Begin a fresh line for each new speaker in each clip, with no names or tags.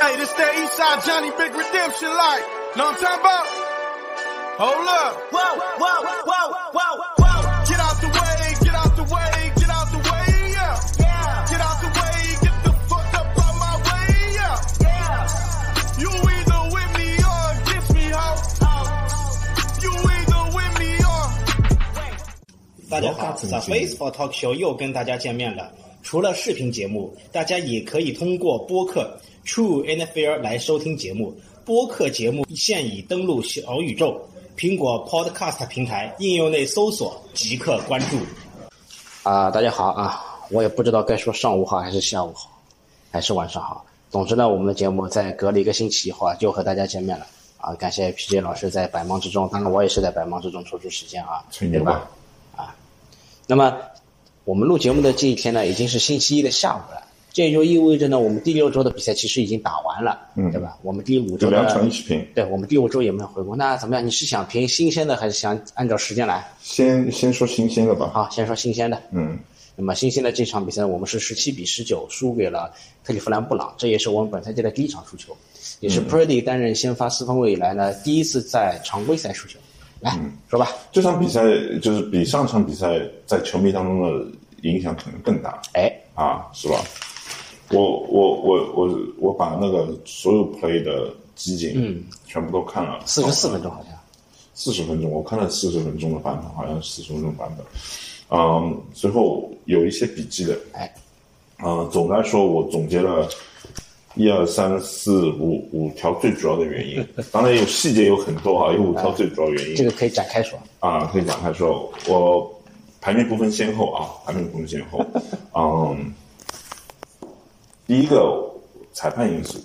Hey, this that Eastside Johnny Big Redemption like. Know what I'm talking about? Hold up. Whoa, whoa, whoa, whoa, whoa. Get out the way, get out the way, get out the way, yeah. Yeah. Get out the way, get the fuck up out my way, yeah. Yeah. You either with me or against me, ho. oh. You either with me or
大家好
Welcome
，The
to-
Face for Talk Show 又跟大家见面了。除了视频节目，大家也可以通过播客 True NFL 来收听节目。播客节目现已登录小宇宙、苹果 Podcast 平台应用内搜索即刻关注。
啊、大家好啊！我也不知道该说上午好还是下午好，还是晚上好。总之呢，我们的节目在隔了一个星期以后啊，又和大家见面了啊！感谢 PJ 老师在百忙之中，当然我也是在百忙之中抽出时间啊，
吹
对
牛吧
吧？啊，那么我们录节目的这一天呢，已经是星期一的下午了。这也就意味着呢，我们第六周的比赛其实已经打完了，
嗯
对吧？我们第五周
就
的
两场一起平，
对，我们第五周也没有回顾。那怎么样？你是想评新鲜的，还是想按照时间来？
先先说新鲜的吧。
好，先说新鲜的。
嗯，
那么新鲜的这场比赛，我们是十七比十九输给了特里夫兰布朗，这也是我们本赛季的第一场输球，也
嗯
是 Purdy 担任先发四分卫以来呢第一次在常规赛输球。来、
嗯
说吧，
这场比赛就是比上场比赛在球迷当中的影响可能更大
哎，
啊，是吧？我我我我我把那个所有 play 的集锦，嗯，全部都看了，
四十四分钟好像，
四十分钟，我看了四十分钟的版本，好像是四十分钟版本。嗯，最后有一些笔记的，
哎，
呃，总的来说，我总结了一二三四五五条最主要的原因，当然有细节有很多啊，有五条最主要原因
这。个可以展开说。
啊，可以展开说，我排名不分先后啊，排名不分先后。嗯，第一个裁判因素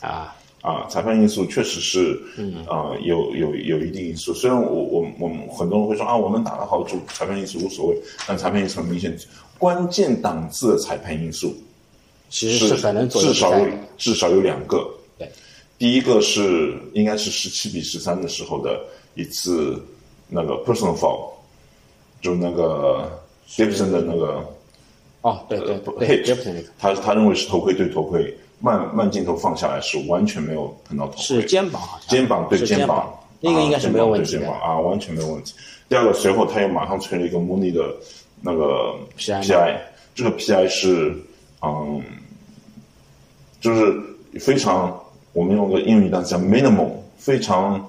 啊，
啊，裁判因素确实是，嗯，啊，有有有一定因素。虽然我我我们很多人会说啊，我们打得好就裁判因素无所谓，但裁判因素很明显，关键档次的裁判因素
其实是很能左右
至
比赛
少有
的。
至少有两个。
对，
第一个是应该是十七比十三的时候的一次那个 personal foul，就那个 Gibson 的那个
哦，对对
呃不
对
hit，
杰普森那个
他他认为是头盔对头盔，慢慢镜头放下来是完全没有碰到头盔，
是肩膀好像，
肩膀对
是肩
膀，
那个应该是没有问题
啊肩
的
膀对肩。膀啊，完全没有问题。第二个，随后他又马上吹了一个穆尼的那个
PI
PI，这个 PI 是嗯，就是非常我们用个英语单词叫 minimal，非常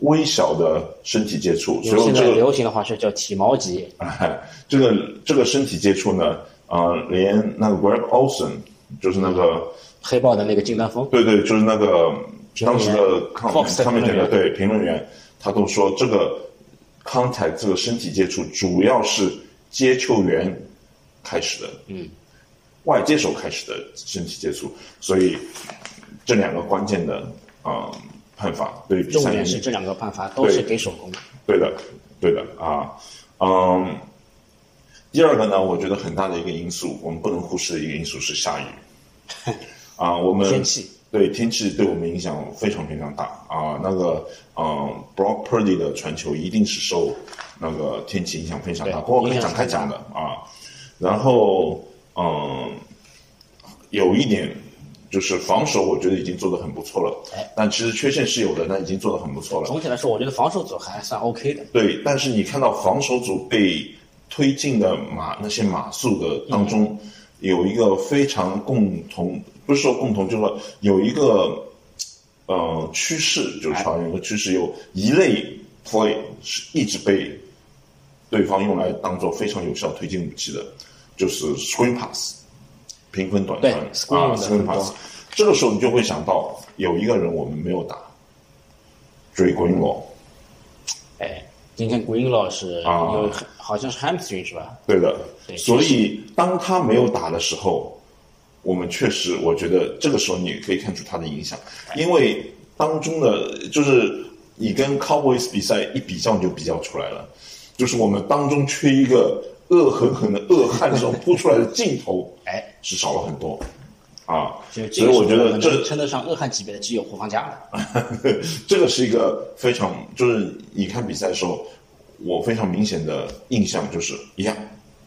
微小的身体接触，
用
所以
现
这
在
个
流行的话是叫体毛级，
哎， 这个这个身体接触呢，呃，连那个 Greg Olson 就是那个。
黑豹的那个近端锋。
对对，就是那个
论
当时的抗
Fox 的
上面
评
这
论
个
员
对评论员，他都说这个 contact 这个身体接触主要是接球员开始的，嗯，外接手开始的身体接触，所以这两个关键的啊、呃判罚对于比
重
赛
点
影
是
响
这两个判罚都是给手工的，
对的，对的啊，嗯。第二个呢，我觉得很大的一个因素，我们不能忽视的一个因素是下雨。啊，我们
天气
对天气对我们影响非常非常大啊。那个，嗯、b r o c k Purdy 的传球一定是受那个天气影响非常大，
对
不过我可
影
以
响
展开
很大
讲的啊。然后，嗯，有一点就是防守，我觉得已经做得很不错了
哎，
但其实缺陷是有的，但已经做得很不错了。
总体来说，我觉得防守组还算 OK 的。
对，但是你看到防守组被推进的马那些马术的当中，
嗯
有一个非常共同，不是说共同，就是说有一个呃趋势，就是传有个趋势，有一类 play 是一直被对方用来当做非常有效推进武器的，就是 screen pass，平分短
对
传
，screen
啊
的
，screen
很多
pass。这个时候你就会想到有一个人我们没有打 d r e Greenlaw。
哎，今天 Greenlaw 是
啊
有很好像是 hamstring 是吧？
对的，
对，
所以当他没有打的时候，我们确实，我觉得这个时候你可以看出他的影响，因为当中的就是你跟 Cowboys 比赛一比较，你就比较出来了，就是我们当中缺一个恶狠狠的恶汉所扑出来的镜头
哎，
是少了很多啊，
所以
所以我觉得这
称得上恶汉级别的只有胡方家了。
这个是一个非常，就是你看比赛的时候，我非常明显的印象就是，呀，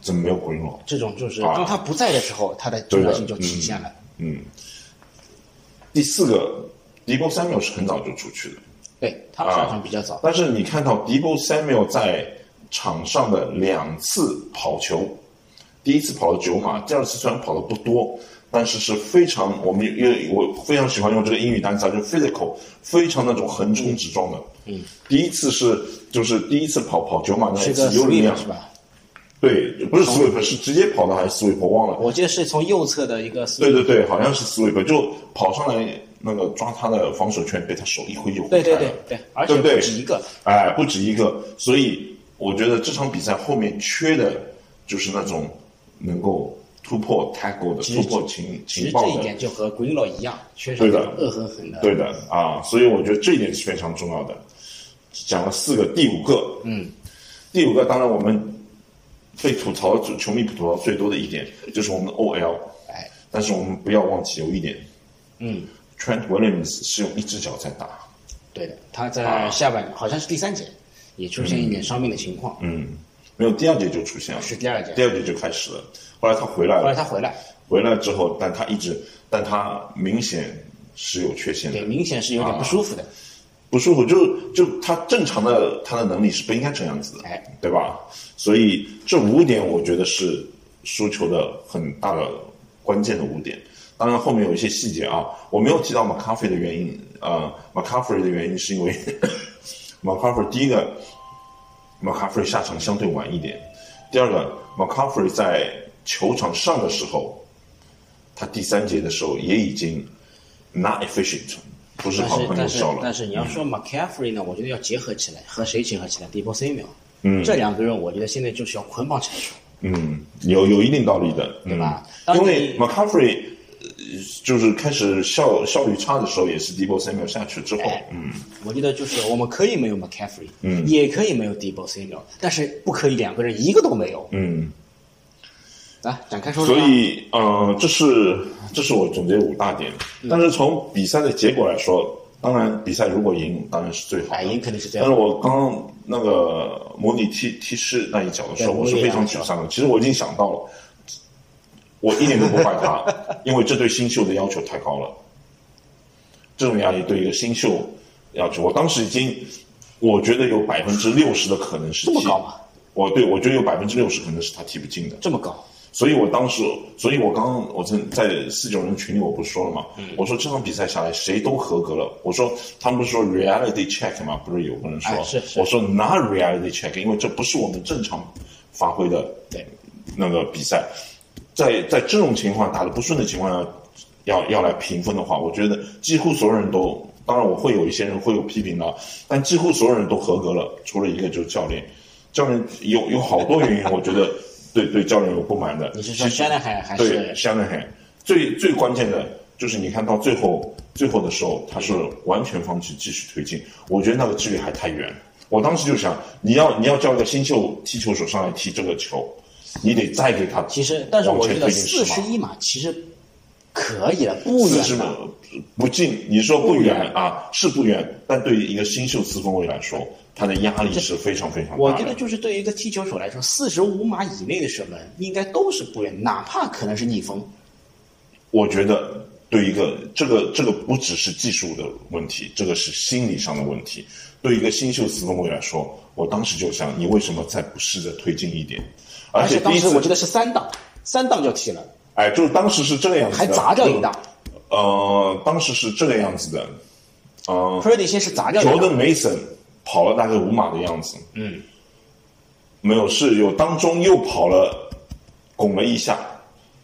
怎么没有 g r e e
这种就是
啊
当他不在的时候，他的重要性就体现了。
嗯，第四个，Debo Samuel 是很早就出去的，
对他
啊
上场比较早，
但是你看到 Debo Samuel 在场上的两次跑球，第一次跑了九码，第二次虽然跑的不多，但是是非常我们因为我非常喜欢用这个英语单词啊，就 physical，非常那种横冲直撞的。嗯，第一次是就是第一次跑跑九码那一
是个
次有
sweep
两
是吧？
对，不是 sweep 是直接跑的还是 sweep 我忘了。
我记得是从右侧的一个 sweep，
对对对，好像是 sweep，就跑上来那个抓他的防守圈，被他手一挥就挥
对对
开
对
了
对，而且
对不对
不止一个，
哎，不止一个，所以我觉得这场比赛后面缺的就是那种能够突破 tackle 的、
其
突
实
破情
其
情
实
报
这一点
的，
就和 Greenlaw 一样，缺少
对
这
的
种恶狠狠的。
对的啊，所以我觉得这一点是非常重要的。讲了四个，第五个，嗯，第五个当然我们被吐槽、球迷吐槽最多的一点就是我们的 OL，
哎，
但是我们不要忘记有一点，嗯，Trent Williams 是用一只脚在打，
对的，他
啊
在下半、好像是第三节也出现一点伤病的情况，嗯，
没有第二节就出现了，
是第二节
第二节就开始了。后来他回来了，
后来他回来，
回来之后，但他一直，但他明显是有缺陷
对，
的，
明显是有
啊
点不舒服的，
不舒服。就就他正常的他的能力是不应该这样子的，
哎
对吧？所以这五点我觉得是输球的很大的关键的五点。当然后面有一些细节啊，我没有提到马卡菲的原因，呃，马卡菲的原因是因为 马卡菲第一个，马卡菲下场相对晚一点，第二个马卡菲在球场上的时候。他第三节的时候也已经 not efficient，不是
但
跑
是
很有
但是
效了。嗯
但是你要说 McCaffrey 呢，我觉得要结合起来，和谁结合起来？Debo Samuel，嗯，这两个人我觉得现在就是要捆绑起来说，
嗯，有有一定道理的，对
吧
因
嗯当
为
你
McCaffrey 呃就是开始效效率差的时候，也是 Debo Samuel 下去之后，
哎
嗯，
我觉得就是我们可以没有 McCaffrey，嗯，也可以没有 Debo Samuel，但是不可以两个人一个都没有，
嗯，
来展开说说啊
所
吧。
以呃，这是这是我总结五大点。
嗯
但是从比赛的结果来说，当然比赛如果赢，当然是最好
哎
的，
赢肯定是最
但
好
是
的。
我刚刚那个模拟踢踢失那一脚的时候，
对啊
我是非常沮丧的。其实我已经想到了，我一点都不怪 他，因为这对新秀的要求太高了。这种压力对一个新秀要求，我当时已经我觉得有百分之六十的可能是
这么
踢
高吗？
我对我觉得有百分之六十可能是他踢不进的。
这么高，
所以我当时，所以我刚刚我在在四九人群里我不是说了嘛，
嗯
我说这场比赛下来谁都合格了。我说他们不是说 reality check 嘛，不是有个人说，
哎是是
我说 not reality check，因为这不是我们正常发挥的
对，
那个比赛，在在这种情况打得不顺的情况下，要要来评分的话，我觉得几乎所有人都，当然我会有一些人会有批评的，但几乎所有人都合格了，除了一个就是教练，教练有有好多原因，我觉得对对教练有不满的。
你是说
其实
Shanahan 还
对
是
Shanahan 最最关键的就是你看到最后最后的时候，他是完全放弃继续推进，我觉得那个距离还太远。我当时就想，你要你要叫一个新秀踢球手上来踢这个球，你得再给他
其实，但是我觉得
往前推进
四
十
十
码
一码其实可以了，不
四十
远
码
了。
不近，你说不远啊，是不远，但对于一个新秀四分卫来说，他的压力是非常非常大的。
我觉得就是对于一个踢球手来说，四十五码以内的射门应该都是不远，哪怕可能是逆风。
我觉得对一个这个这个不只是技术的问题，这个是心理上的问题。对一个新秀四分卫来说，我当时就想，你为什么再不试着推进一点？而
而且
第
当
一
时
次，
我记得是三档，三档就踢了，
哎，就是当时是这个样子
还
的，
砸掉一档。
呃，当时是这个样子的，嗯
Purdy 先是砸掉一档，
Jordan Mason 跑了大概五码的样子，嗯，没有是有当中又跑了拱了一下，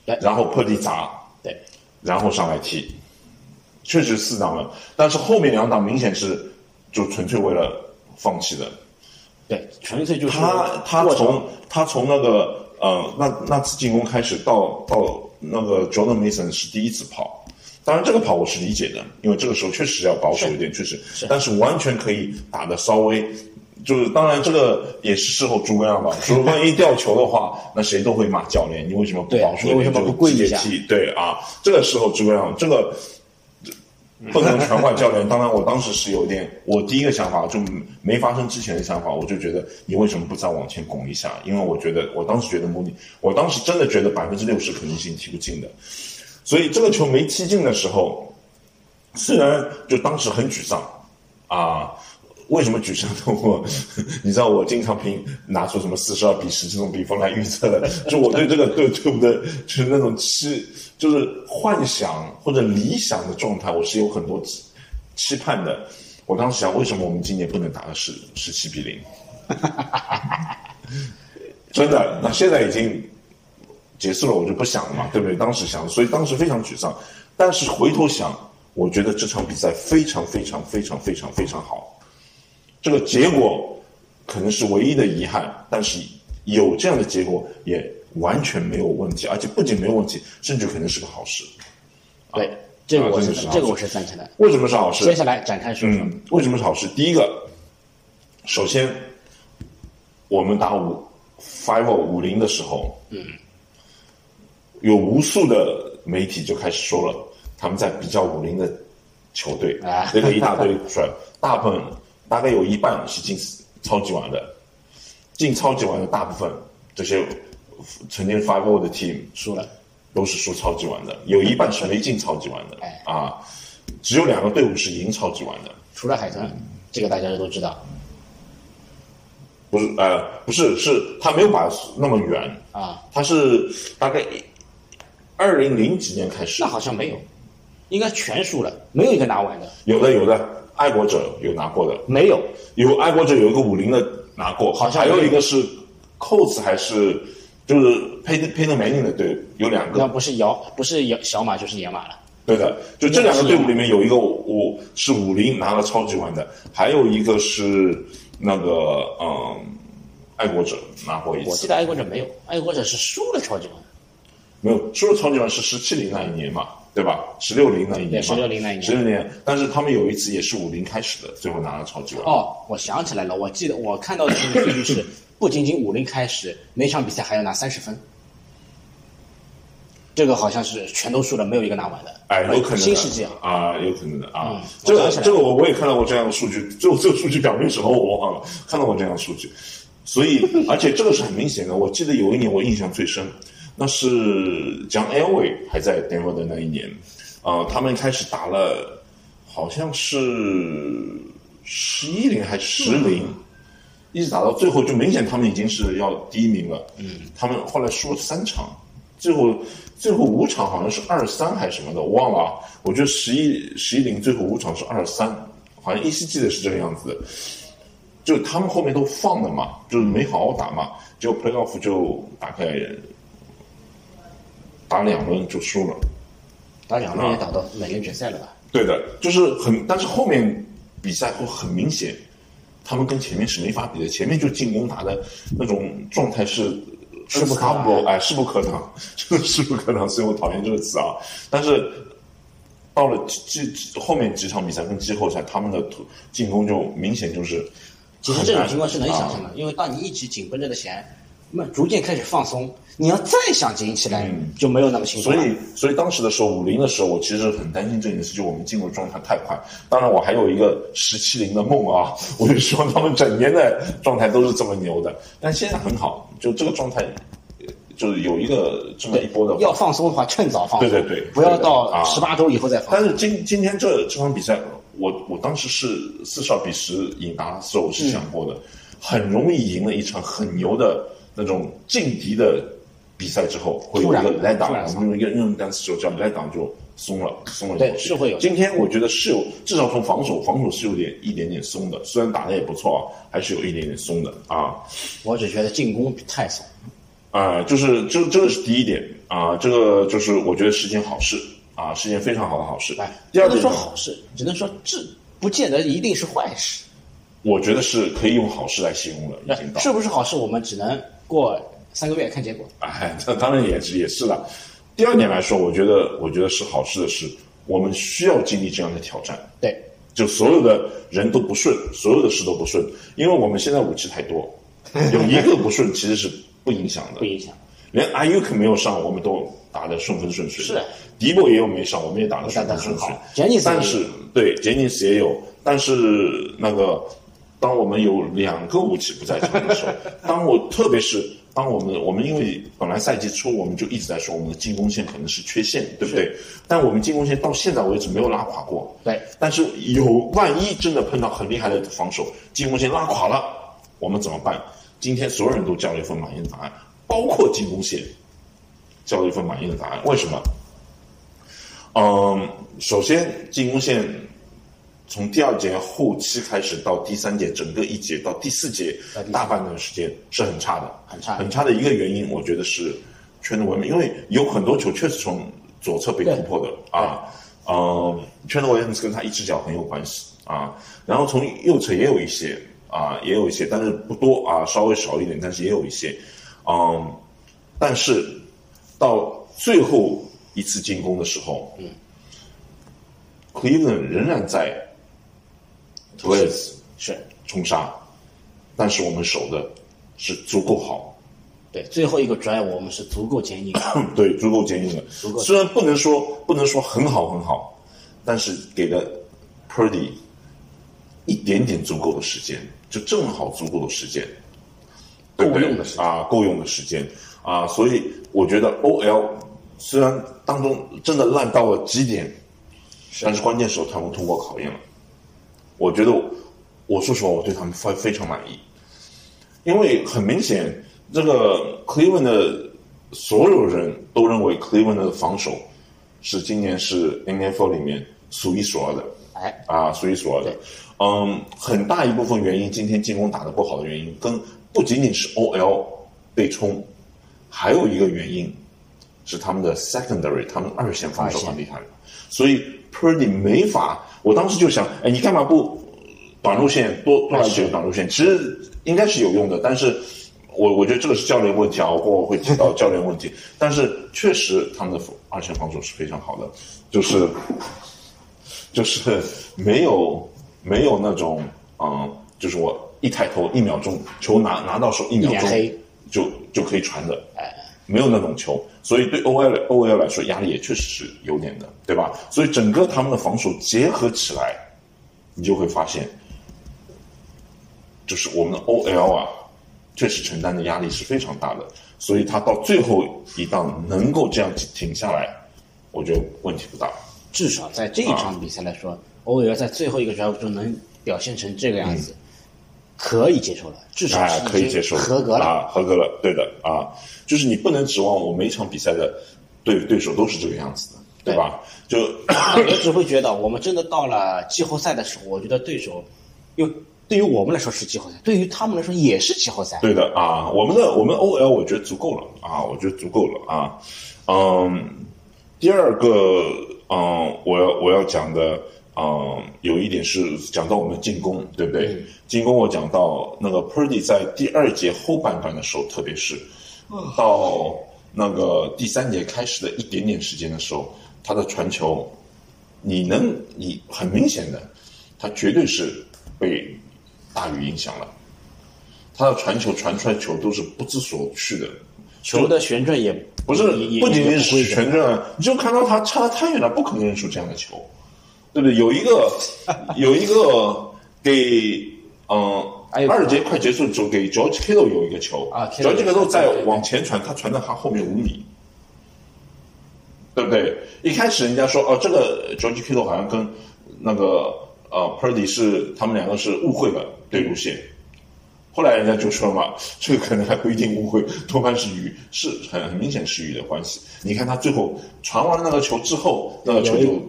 对
然后破地砸，
对，
然后上来踢，确实四档了，但是后面两档明显是就纯粹为了放弃的，
对，纯粹就是
他他
过程
从他从那个呃那那次进攻开始到到那个 Jordan Mason 是第一次跑，当然这个跑我是理解的，因为这个时候确实要保守一点，确实，但是完全可以打的稍微。就是当然，这个也是事后诸葛亮吧。如果万一掉球的话，那谁都会骂教练，你为什么不
对
保守一点？
你为什么不跪一下
就直接踢？对啊，这个事后诸葛亮，这个不能全怪教练。 当然，我当时是有点，我第一个想法就没发生之前的想法，我就觉得你为什么不再往前拱一下？因为我觉得我当时觉得模拟，我当时真的觉得百分之六十可能性踢不进的，所以这个球没踢进的时候，虽然就当时很沮丧啊，为什么沮丧呢？我你知道我经常凭拿出什么四十二比十这种比分来预测的，就我对这个对对我的就是那种期就是幻想或者理想的状态，我是有很多期期盼的。我当时想，为什么我们今年不能打个十十七比零？ 真的，那现在已经结束了，我就不想了嘛，对不对？当时想，所以当时非常沮丧。但是回头想，我觉得这场比赛非常非常非常非常非常好，这个结果可能是唯一的遗憾，但是有这样的结果也完全没有问题，而且不仅没有问题，甚至可能是个好事。
对，这个我
这
是
个是好
这个我是赞成的。
为什么是好事？
接下来展开说说，
嗯，为什么是好事？第一个，首先我们打五 five oh，五零的时候，嗯，有无数的媒体就开始说了，他们在比较五零的球队，
啊
这个一大堆出来，大部分大概有一半是进超级碗的，进超级碗的大部分这些曾经 five o 的 team
输了，
都是输超级碗的，有一半是没进超级碗的
哎，
啊，只有两个队伍是赢超级碗的。
除了海豚，这个大家都知道
不是，呃，不是，是他没有把那么远，
啊。
他是大概二零零几年开始
那，好像没有，应该全输了，没有一个拿完的，
有的有的，爱国者有拿过的，
没有。
有爱国者有一个五零的拿过，
好像
还有
有
一个是扣子还是就是佩佩德梅宁的队，有两
那
个，
不是摇，不是摇小马就是野马了。
对的，就这两个队伍里面有一个我我是五零拿了超级碗的，还有一个是那个嗯爱国者拿过一
我
次
记，得爱国者没有，爱国者是输了超级碗。
没有，输入超级碗是十七零那一年嘛，对吧？十六零那一年嘛，
16那一年
十六年。但是他们有一次也是五零开始的，最后拿了超级碗。，
哦，我想起来了，我记得我看到的数据是，不仅仅五零开始，每场比赛还要拿三十分。这个好像是全都输了，没有一个拿完的。
哎，有可能的
新世界啊，
啊，有可能的啊
嗯。
这
我想起
个
来了
这个我我也看到过这样的数据，最后这个数据表明什么我忘了，看到过这样的数据。所以，而且这个是很明显的。我记得有一年我印象最深，那是讲 Airway 还在 Denver 的那一年，呃，他们开始打了，好像是十一零还是十零、
嗯
一直打到最后，就明显他们已经是要第一名了。嗯，他们后来输了三场，最后最后五场好像是二三还是什么的，我忘了啊。我觉得十一十一零最后五场是二三，好像依稀记得是这个样子的。就他们后面都放了嘛，就是没好好打嘛，结果 playoff 就大概打两轮就输了。
打两轮也打到美联决赛了吧？
对的，就是很，但是后面比赛会很明显，他们跟前面是没法比的，前面就进攻打的那种状态是势
不可挡
哎，势不可 挡，就是势不可挡，所以我讨厌这个词啊。但是到了季季后面几场比赛跟季后赛，他们的突进攻就明显就是
其
很难。
实这种情况是能想象
啊
的，因为当你一直紧绷着的弦，那么逐渐开始放松，你要再想紧起来，就没有那么轻松
嗯所
了。
以，所以当时的时候，五零的时候，我其实很担心这件事，就我们进入状态太快。当然，我还有一个十七零的梦啊，我就希望他们整年的状态都是这么牛的。但现在很好，就这个状态，呃就是有一个这么一波的。
要放松的话，趁早放松，
对对对
不要
对的
到
啊
十八周以后再放松。
但是今今天这这场比赛，我我当时是四十二比十赢达拉斯，我
嗯
是想过的，很容易赢了一场很牛的那种劲敌的比赛之后，会有一
突
个
然
来挡
突然，
我们用一个用单词就叫来挡就松了，松了一口气。
对是会有
今天我觉得是有，至少从防守防守是有点一点点松的，虽然打的也不错啊，还是有一点点松的啊。
我只觉得进攻太松。
啊、就是这这个是第一点啊、这个就是我觉得是件好事啊、是件非常好的好事
哎，。
第二
不能
点
说
呢
好事，只能说这不见得一定是坏事。
我觉得是可以用好事来形容了，已经到。
是不是好事，我们只能过三个月看结果。
哎，那当然也是也是了。第二点来说，我觉得我觉得是好事的是，我们需要经历这样的挑战。
对，
就所有的人都不顺，所有的事都不顺，因为我们现在武器太多，有一个不顺其实是不影响的
不。影响。
连 IUK 没有上，我们都打得顺风顺水。
是，
迪博也有没上，我们也打得顺风
打
顺水
得很好。杰尼斯也有
但是对杰尼斯也有，但是那个，当我们有两个武器不在场的时候，当我特别是当我们我们因为本来赛季初我们就一直在说我们的进攻线可能是缺陷，对不对？但我们进攻线到现在为止没有拉垮过。
对
但是有万一真的碰到很厉害的防守，进攻线拉垮了，我们怎么办？今天所有人都交了一份满意的答案，包括进攻线，交了一份满意的答案。为什么？嗯，首先进攻线从第二节后期开始到第三节，整个一节到第四节
到第四节
大半段时间是很差的，
很差的
很差的一个原因，我觉得是圈的文明，因为有很多球确实从左侧被突破的啊，呃，圈的文明跟他一只脚很有关系啊，然后从右侧也有一些啊，也有一些，但是不多啊，稍微少一点，但是也有一些，嗯，但是到最后一次进攻的时候，嗯，Cleveland 仍然在 t o r r e s
是
冲杀，但是我们守的是足够好，
对最后一个 drive 我们是足够坚 硬的，
对，足够坚硬的。
够
虽然不能说不能说很好很好，但是给了 Purdy 一点点足够的时间，就正好足够的时间，对不对
够用的时间
啊，够用的时间啊，所以我觉得 OL 虽然当中真的烂到了极点，但是关键时候他们通过考验了。我觉得我，我说实话，我对他们非非常满意，因为很明显，这个 Cleveland 的所有人都认为 Cleveland 的防守是今年是 NFL 里面数一数二的
哎，
啊，数一数二的
对。
嗯，很大一部分原因，今天进攻打得不好的原因，跟不仅仅是 OL 被冲，还有一个原因是他们的 secondary，他们二线防守很厉害，所以 Purdy 没法。我当时就想，哎，你干嘛不短路线多多来几个短路线？其实应该是有用的，但是我我觉得这个是教练问题啊，我过后会提到教练问题。但是确实他们的二线防守是非常好的，就是就是没有没有那种嗯、就是我一抬头一秒钟球拿拿到手一秒
一
钟
脸黑哎
就就可以传的，没有那种球，所以对 O L O L 来说压力也确实是有点的，对吧？所以整个他们的防守结合起来，你就会发现，就是我们的 O L 啊，确实承担的压力是非常大的，所以他到最后一档能够这样停下来，我觉得问题不大。
至少在这一场比赛来说，欧尔在最后一个 drive 中能表现成这个样子，可以接受了，至少
哎
是，已
可以
经
接受，
合格了。
啊，合格了，对的啊，就是你不能指望我每一场比赛的对对手都是这个样子的，对吧？就
我只会觉得，我们真的到了季后赛的时候，我觉得对手，因为对于我们来说是季后赛，对于他们来说也是季后赛。
对的啊，我们的我们 OL 我觉得足够了啊，我觉得足够了啊。嗯，第二个嗯，我要我要讲的嗯，有一点是讲到我们的进攻，对不对？进攻我讲到那个 Purdy 在第二节后半段的时候，特别是到那个第三节开始的一点点时间的时候，他的传球，你能你很明显的，他绝对是被大雨影响了。他的传球传出来球都是不知所去的，
球的旋转也
不是
也也
不仅仅
也
是
规则
旋转，你就看到他差得太远了，不可能扔出这样的球，对不对？有 一个有一个给嗯。
哎呦
二节快结束的时候，给 George Kittle 有一个球
啊，Kittle
，George Kittle 在
对对对
往前传，他传到他后面五米，对不对？一开始人家说哦，这个 George Kittle 好像跟那个呃 Purdy 是他们两个是误会了对路线，后来人家就说嘛，这个可能还不一定误会，多半是雨，是很很明显是雨的关系。你看他最后传完那个球之后，那个球
有一
就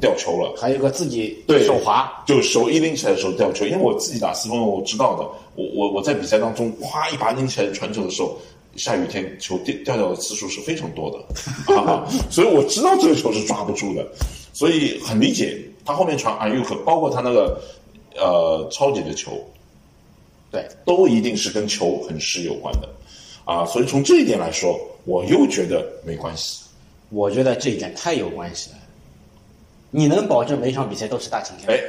掉球了。
还有个自己
对
手滑，
就手一拎起来的时候掉球，因为我自己打四分卫，我知道的。我我我在比赛当中，哗一把拎起来传球的时候，下雨天球掉掉掉的次数是非常多的，啊， 所以我知道这个球是抓不住的，所以很理解他后面传啊又可，包括他那个呃超级的球，
对，
都一定是跟球很湿有关的，啊，所以从这一点来说，我又觉得没关系。
我觉得这一点太有关系了。你能保证每场比赛都是大晴天？
哎，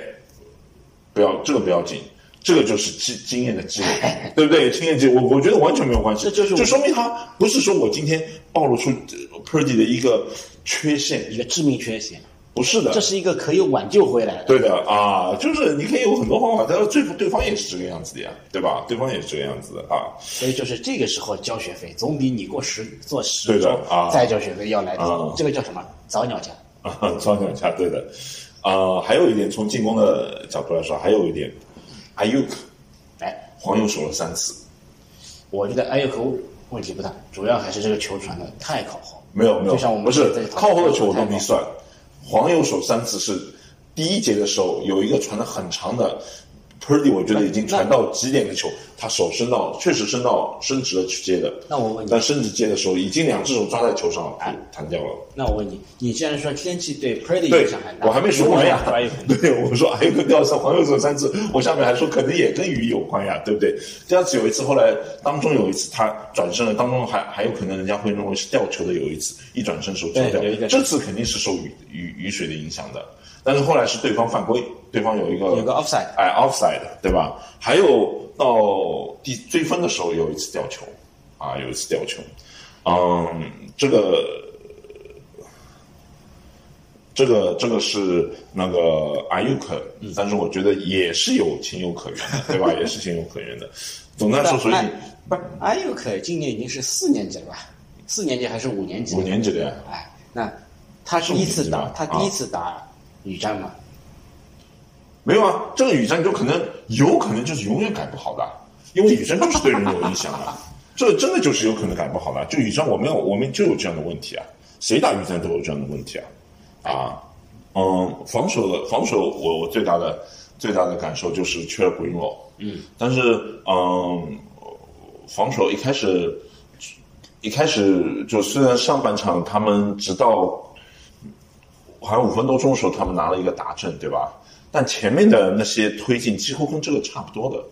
不要这个不要紧，这个就是经经验的积 累，对不对？经验积累，我我觉得完全没有关系，
这就是我
就说明他不是说我今天暴露出呃 Purdy 的一个缺陷，
一个致命缺陷，
不是的
这，是一个可以挽救回来的。
对的啊，就是你可以有很多方法，但是对付对方也是这个样子的呀，对吧？对方也是这个样子的啊。
所以就是这个时候交学费，总比你过十做十
对的
周
啊
再交学费要来
啊
的。这个叫什么？早鸟价。
啊，双向下对的。啊、还有一点，从进攻的角度来说，还有一点，阿尤克
哎，
黄油守了三次，
我觉得埃克问题不大，主要还是这个球传的太靠后。
没有没有，
就像我们
不是
在讨
靠
论
后的球我
太
都没
靠
算，黄油守三次是第一节的时候有一个传的很长的。Purdy 我觉得已经传到极点的球，他手伸到确实伸到伸直了去接的。
那我问你
但伸直接的时候，已经两只手抓在球上了，
哎
弹掉了。
那我问你，你既然说天气对 Pretty
对
影响很，大，
我还没说完呀
为什么。不抓 Ayuk 呢
对，我说哎，跟第二次黄又走三次，我下面还说可能也跟雨有关呀，对不对？第二次有一次，后来当中有一次他转身了，当中还还有可能人家会认为是吊球的，有一次一转身手球
对有一
掉，
个
这次肯定是受雨雨雨水的影响的。但是后来是对方犯规，对方有一个
有个 offside
哎 offside 对吧？还有到第追分的时候有一次吊球，啊，有一次吊球，嗯，这个这个这个是那个阿尤克，但是我觉得也是有情有可原的，对吧？也是情有可原的。总的来说，所以
但不是艾尤克今年已经是四年级了吧？四年级还是五年级？
五年级的呀
哎，那他第一次打，
是
他
五年级的
第一次打雨战嘛？
没有啊，这个雨战就可能有可能就是永远改不好的，因为雨战就是对人有影响的， 这真的就是有可能改不好的。就雨战，我们有我们就有这样的问题啊，谁打雨战都有这样的问题啊，啊，嗯，防守的防守我，我最大的最大的感受就是缺了 Greenlaw，嗯，但是嗯，防守一开始一开始就虽然上半场他们直到好像五分多钟的时候，他们拿了一个达阵，对吧？但前面的那些推进几乎跟这个差不多的，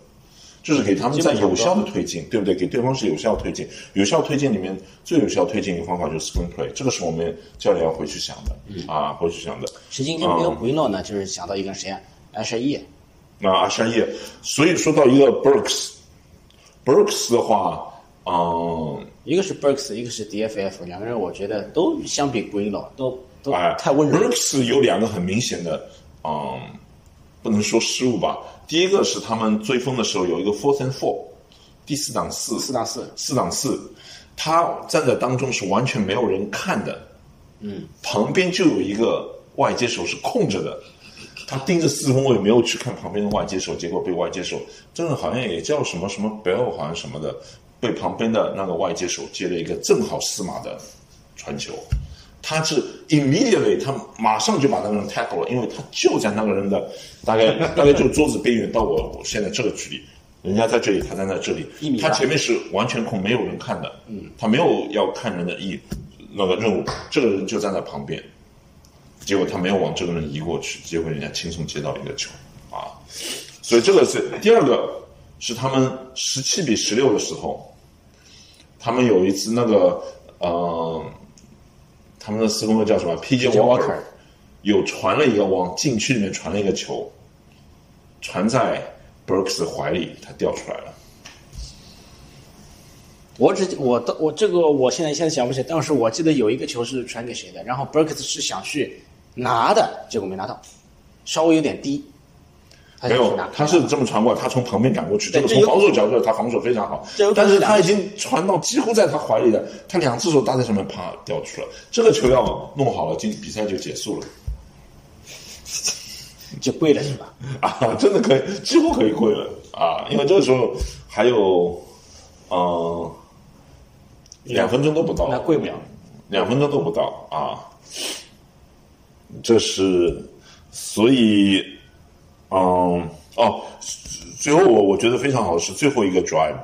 就是给他们在有效的推进，对不对？给对方是有效推进，有效推进里面最有效推进一个方法就是 screen play，这个是我们教练要回去想的、啊，回去想的。
实际
哦
跟没有鬼诺呢，就是想到一个谁啊？安帅叶，
那阿山叶，所以说到一个 Brooks，Brooks 的话，嗯，
一个是 Burks，一个是 DFF，两个人我觉得都相比鬼诺都都
哎，
太温柔了。
Brooks 有两个很明显的，嗯，不能说失误吧。第一个是他们追风的时候有一个 fourth and four，第四档四，
四打四，
四档四，他站在当中是完全没有人看的，嗯，旁边就有一个外接手是空着的，他盯着四分卫没有去看旁边的外接手，结果被外接手，真的好像也叫什么什么 Bell 好像什么的，被旁边的那个外接手接了一个正好司马的传球，他是 immediately 他马上就把那个人 tackle 了，因为他就在那个人的大概 大概就桌子边缘到我我现在这个距离。人家在这里，他在那这里
一米，
他
八
前面是完全空，没有人看的，嗯，他没有要看人的意那个任务，这个人就站在旁边，结果他没有往这个人移过去，结果人家轻松接到一个球啊，所以这个是第二个是他们十七比十六的时候，他们有一次那个呃，他们的四分卫叫什么 PJ
Walker
有传了一个往禁区里面传了一个球，传在 Brooks 的怀里，他掉出来了。
我只我的我这个我现在现在想不起来，当时我记得有一个球是传给谁的，然后 Burks 是想去拿的，结果没拿到，稍微有点低。他
没
想去
有
拿，
他是这么传过来，他从旁边赶过去，这
对
个
这
从
有
防守角度，他防守非常好
这有，可
但
能
是
是
他
两
已经传到几乎在他怀里了，他两只手搭在上面，啪掉出来，这个球要弄好了，今比赛就结束了
就跪了是吧？
啊，真的可以，几乎可以跪了啊，因为这个时候还有，嗯、两分钟都不到，
那跪不了。
两分钟都不到啊。这是，所以，嗯，哦，最后我我觉得非常好的是最后一个 drive，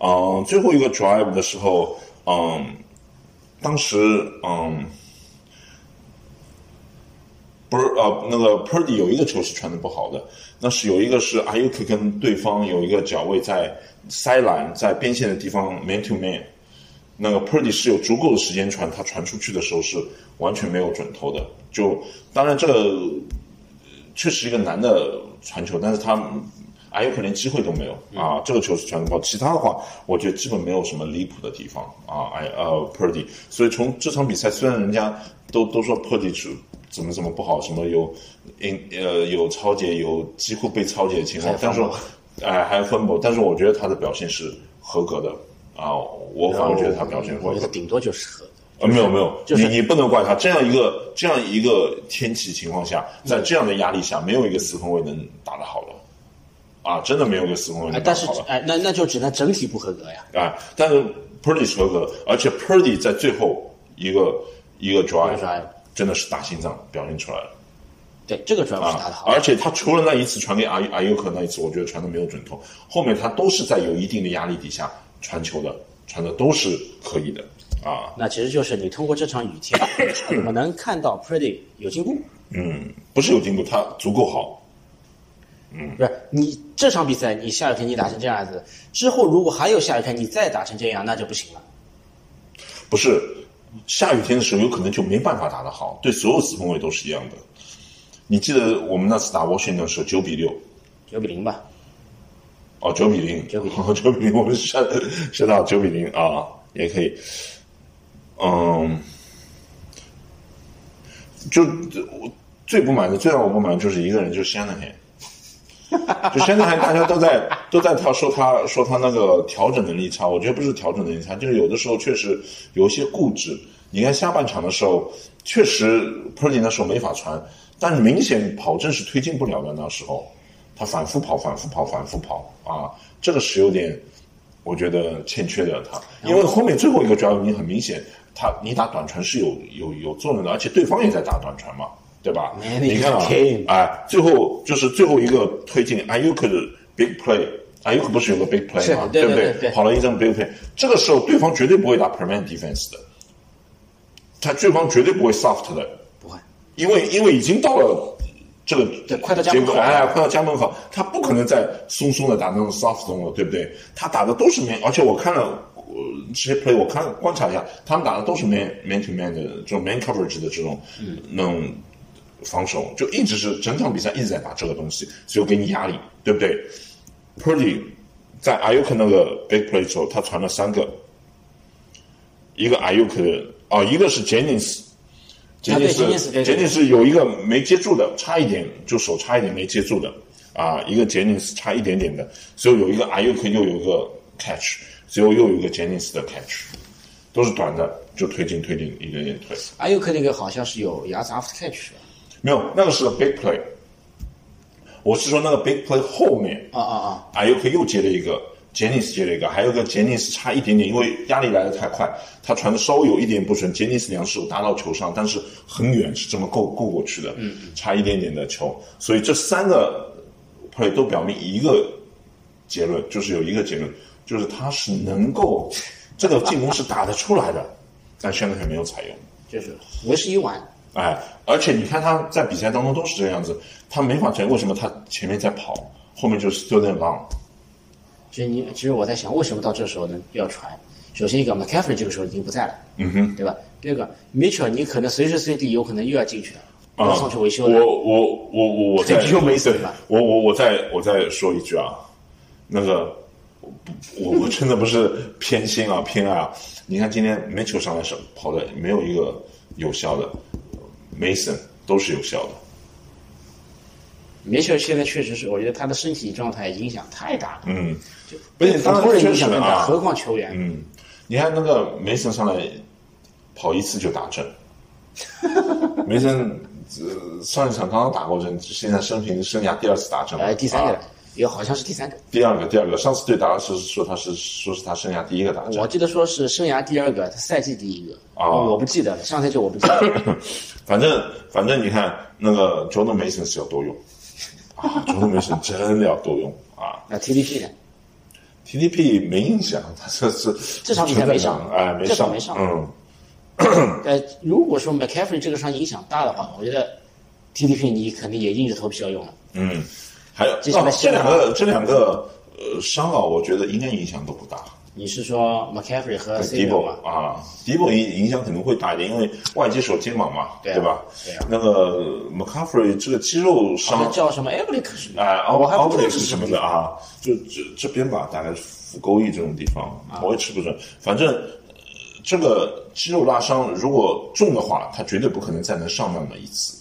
嗯，最后一个 drive 的时候，嗯，当时，嗯，不是呃，那个 Purdy 有一个球是传的不好的，那是有一个是 Ayuk 跟对方有一个脚位在塞篮在边线的地方 man to man，那个 Purdy 是有足够的时间传，他传出去的时候是完全没有准头的。就当然这呃确实一个难的传球，但是他还有可能机会都没
嗯
有啊。这个球是传不好，其他的话我觉得基本没有什么离谱的地方啊。哎呃 Purdy，所以从这场比赛虽然人家都都说 Purdy 是怎么怎么不好，什么有因呃有超解，有几乎被超解的情况，
还有
但是
分
我哎、还有分博，但是我觉得他的表现是合格的啊，我反而觉得他表现合
我觉
格
得。顶多就是合格。
啊，没有没有，
就是
你你不能怪他。这样一个这样一个天气情况下，
嗯
在这样的压力下，没有一个四分卫能打得好的，啊，真的没有一个四分卫
哎，
能打
但
得
是
好的。
哎，那那就只能整体不合格呀。
啊，但是 Purdy 是合格的，而且 Purdy 在最后一个一个 drive
一个 drive
真的是大心脏表现出来了
对，这个主要是打得
啊！
好。
而且他除了那一次传给阿阿尤克那一次，我觉得传的没有准头，后面他都是在有一定的压力底下传球的，传的都是可以的啊。
那其实就是你通过这场雨 天，我能看到 Pretty 有进步。
嗯，不是有进步，他足够好。
不是你这场比赛，你下雨天你打成这样子，之后如果还有下雨天你再打成这样，那就不行了。
不是下雨天的时候有可能就没办法打得好，对所有四分卫都是一样的。你记得我们那次打 Washington 是九比六，
九比零吧，
哦，九比零，
9比
零， 九比零，我们下下到九比零啊，也可以，嗯，就我最不满的，最让我不满的就是一个人，就是香奈黑，就香奈黑，大家都在都在他说他说他那个调整能力差，我觉得不是调整能力差，就是有的时候确实有一些固执。你看下半场的时候，确实 p e r d y 那时候没法传，但明显跑阵是推进不了的，那时候。他反复跑，反复跑，反复跑啊，这个是有点，我觉得欠缺的他，因为后面最后一个 drive 你很明显，他你打短传是有有有作用的，而且对方也在打短传嘛，对吧？
Man,
你看啊
it's a game.，
哎，最后就是最后一个推进 i u k 的 big play。i u k 不是有个 big play
是
嘛，
对
不
对对对
跑了一张 big play，这个时候对方绝对不会打 prevent defense 的，他对方绝对不会 soft 的，
不会，
因为因为已经到了这个
对快到家门口
结果哎，快到家门口，他不可能再松松的打那种 soft 中了，对不对？他打的都是 man，而且我看了呃这些 play，我看观察一下，他们打的都是 man man to man 的这种 man coverage 的这种、
嗯
那种防守，就一直是整场比赛一直在打这个东西，所以给你压力，对不对？Purdy 在 Ayuk 那个 big play 之后，他传了三个，一个 Ayuk 的哦，一个是 Jennings。杰
啊
尼
对
斯，
Jennings，对对对
杰尼斯有一个没接住的，差一点就手差一点没接住的啊，一个杰尼斯差一点点的，最后有一个 Ayuk 又有一个 catch，最后又有一个杰尼斯的 catch，都是短的，就推进推进，一点点推。
阿尤克那个好像是有牙子 after catch 是吧？
没有，那个是个 big play，我是说那个 big play 后面
啊啊啊！
啊，又可以又接了一个，杰尼斯接了一个，还有个杰尼斯差一点点，因为压力来得太快，他传的稍微有一点不准，杰尼斯两手搭到球上，但是很远，是这么够够过去的，
嗯
差一点点的球，所以这三个 play 都表明一个结论，就是有一个结论，就是他是能够这个进攻是打得出来的，但现在还没有采用。
就是为时已晚。
哎，而且你看他在比赛当中都是这样子，他没法传，为什么他前面在跑，后面就是 still in long，
其实你，其实我在想，为什么到这时候呢要传？首先一个 McCaffrey 这个时候已经不在了，嗯哼，对吧？第二个 Mitchell 你可能随时随地有可能又要进去了，又要上去维修了。
啊我我我我我再
又没死吧
我我我再我再说一句啊，那个我我真的不是偏心啊偏爱啊，你看今天 Mitchell 上来是跑的没有一个有效的，Mason 都是有效的。
Mitchell 现在确实是，我觉得他的身体状态影响太大了，嗯，
不是
普
当
通人
然确
影
实
响更大，
啊，
何况球员。
嗯，你看那个梅森上来跑一次就打 针，梅森、呃、上一场刚刚打过针，现在生平生涯第二次打针了，
哎，第三个
啊
了，也好像是第三个，
第二个，第二个，上次对达拉斯说他是说是他生涯第一个打针
我，记得说是生涯第二个，赛季第一个，
哦
我不记得了，上赛季我不记得 了。
反正反正你看那个 Jordan Mason 是要多用啊，Jordan Mason 真的要多用啊
那 TDP 呢？
，TDP 没影响，他这是
这场比赛没上
哎，没
这
上，
场没上
嗯。
呃，如果说 McCaffrey 这个伤影响大的话，我觉得 TDP 你肯定也硬着头皮要用了。
嗯，还有
接下来
哦这
先
两个这两个呃伤啊，我觉得应该影响都不大。
你是说 McCaffrey 和 C
d i
e
b o
吗？
啊 d i b o 影影响可能会大一点，因为外接手肩膀嘛，
对啊
吧？
对啊
那个 McCaffrey 这个肌肉
好像
伤，
哦叫什么 Eblick 是吧？
哎，奥
我还
奥
不
布
知
雷
道
是
是
什
什
么
么
的啊，就这这边吧，大概腹沟翼这种地方，
啊
我也吃不准。反正呃这个肌肉拉伤如果重的话，他绝对不可能再能上那么一次。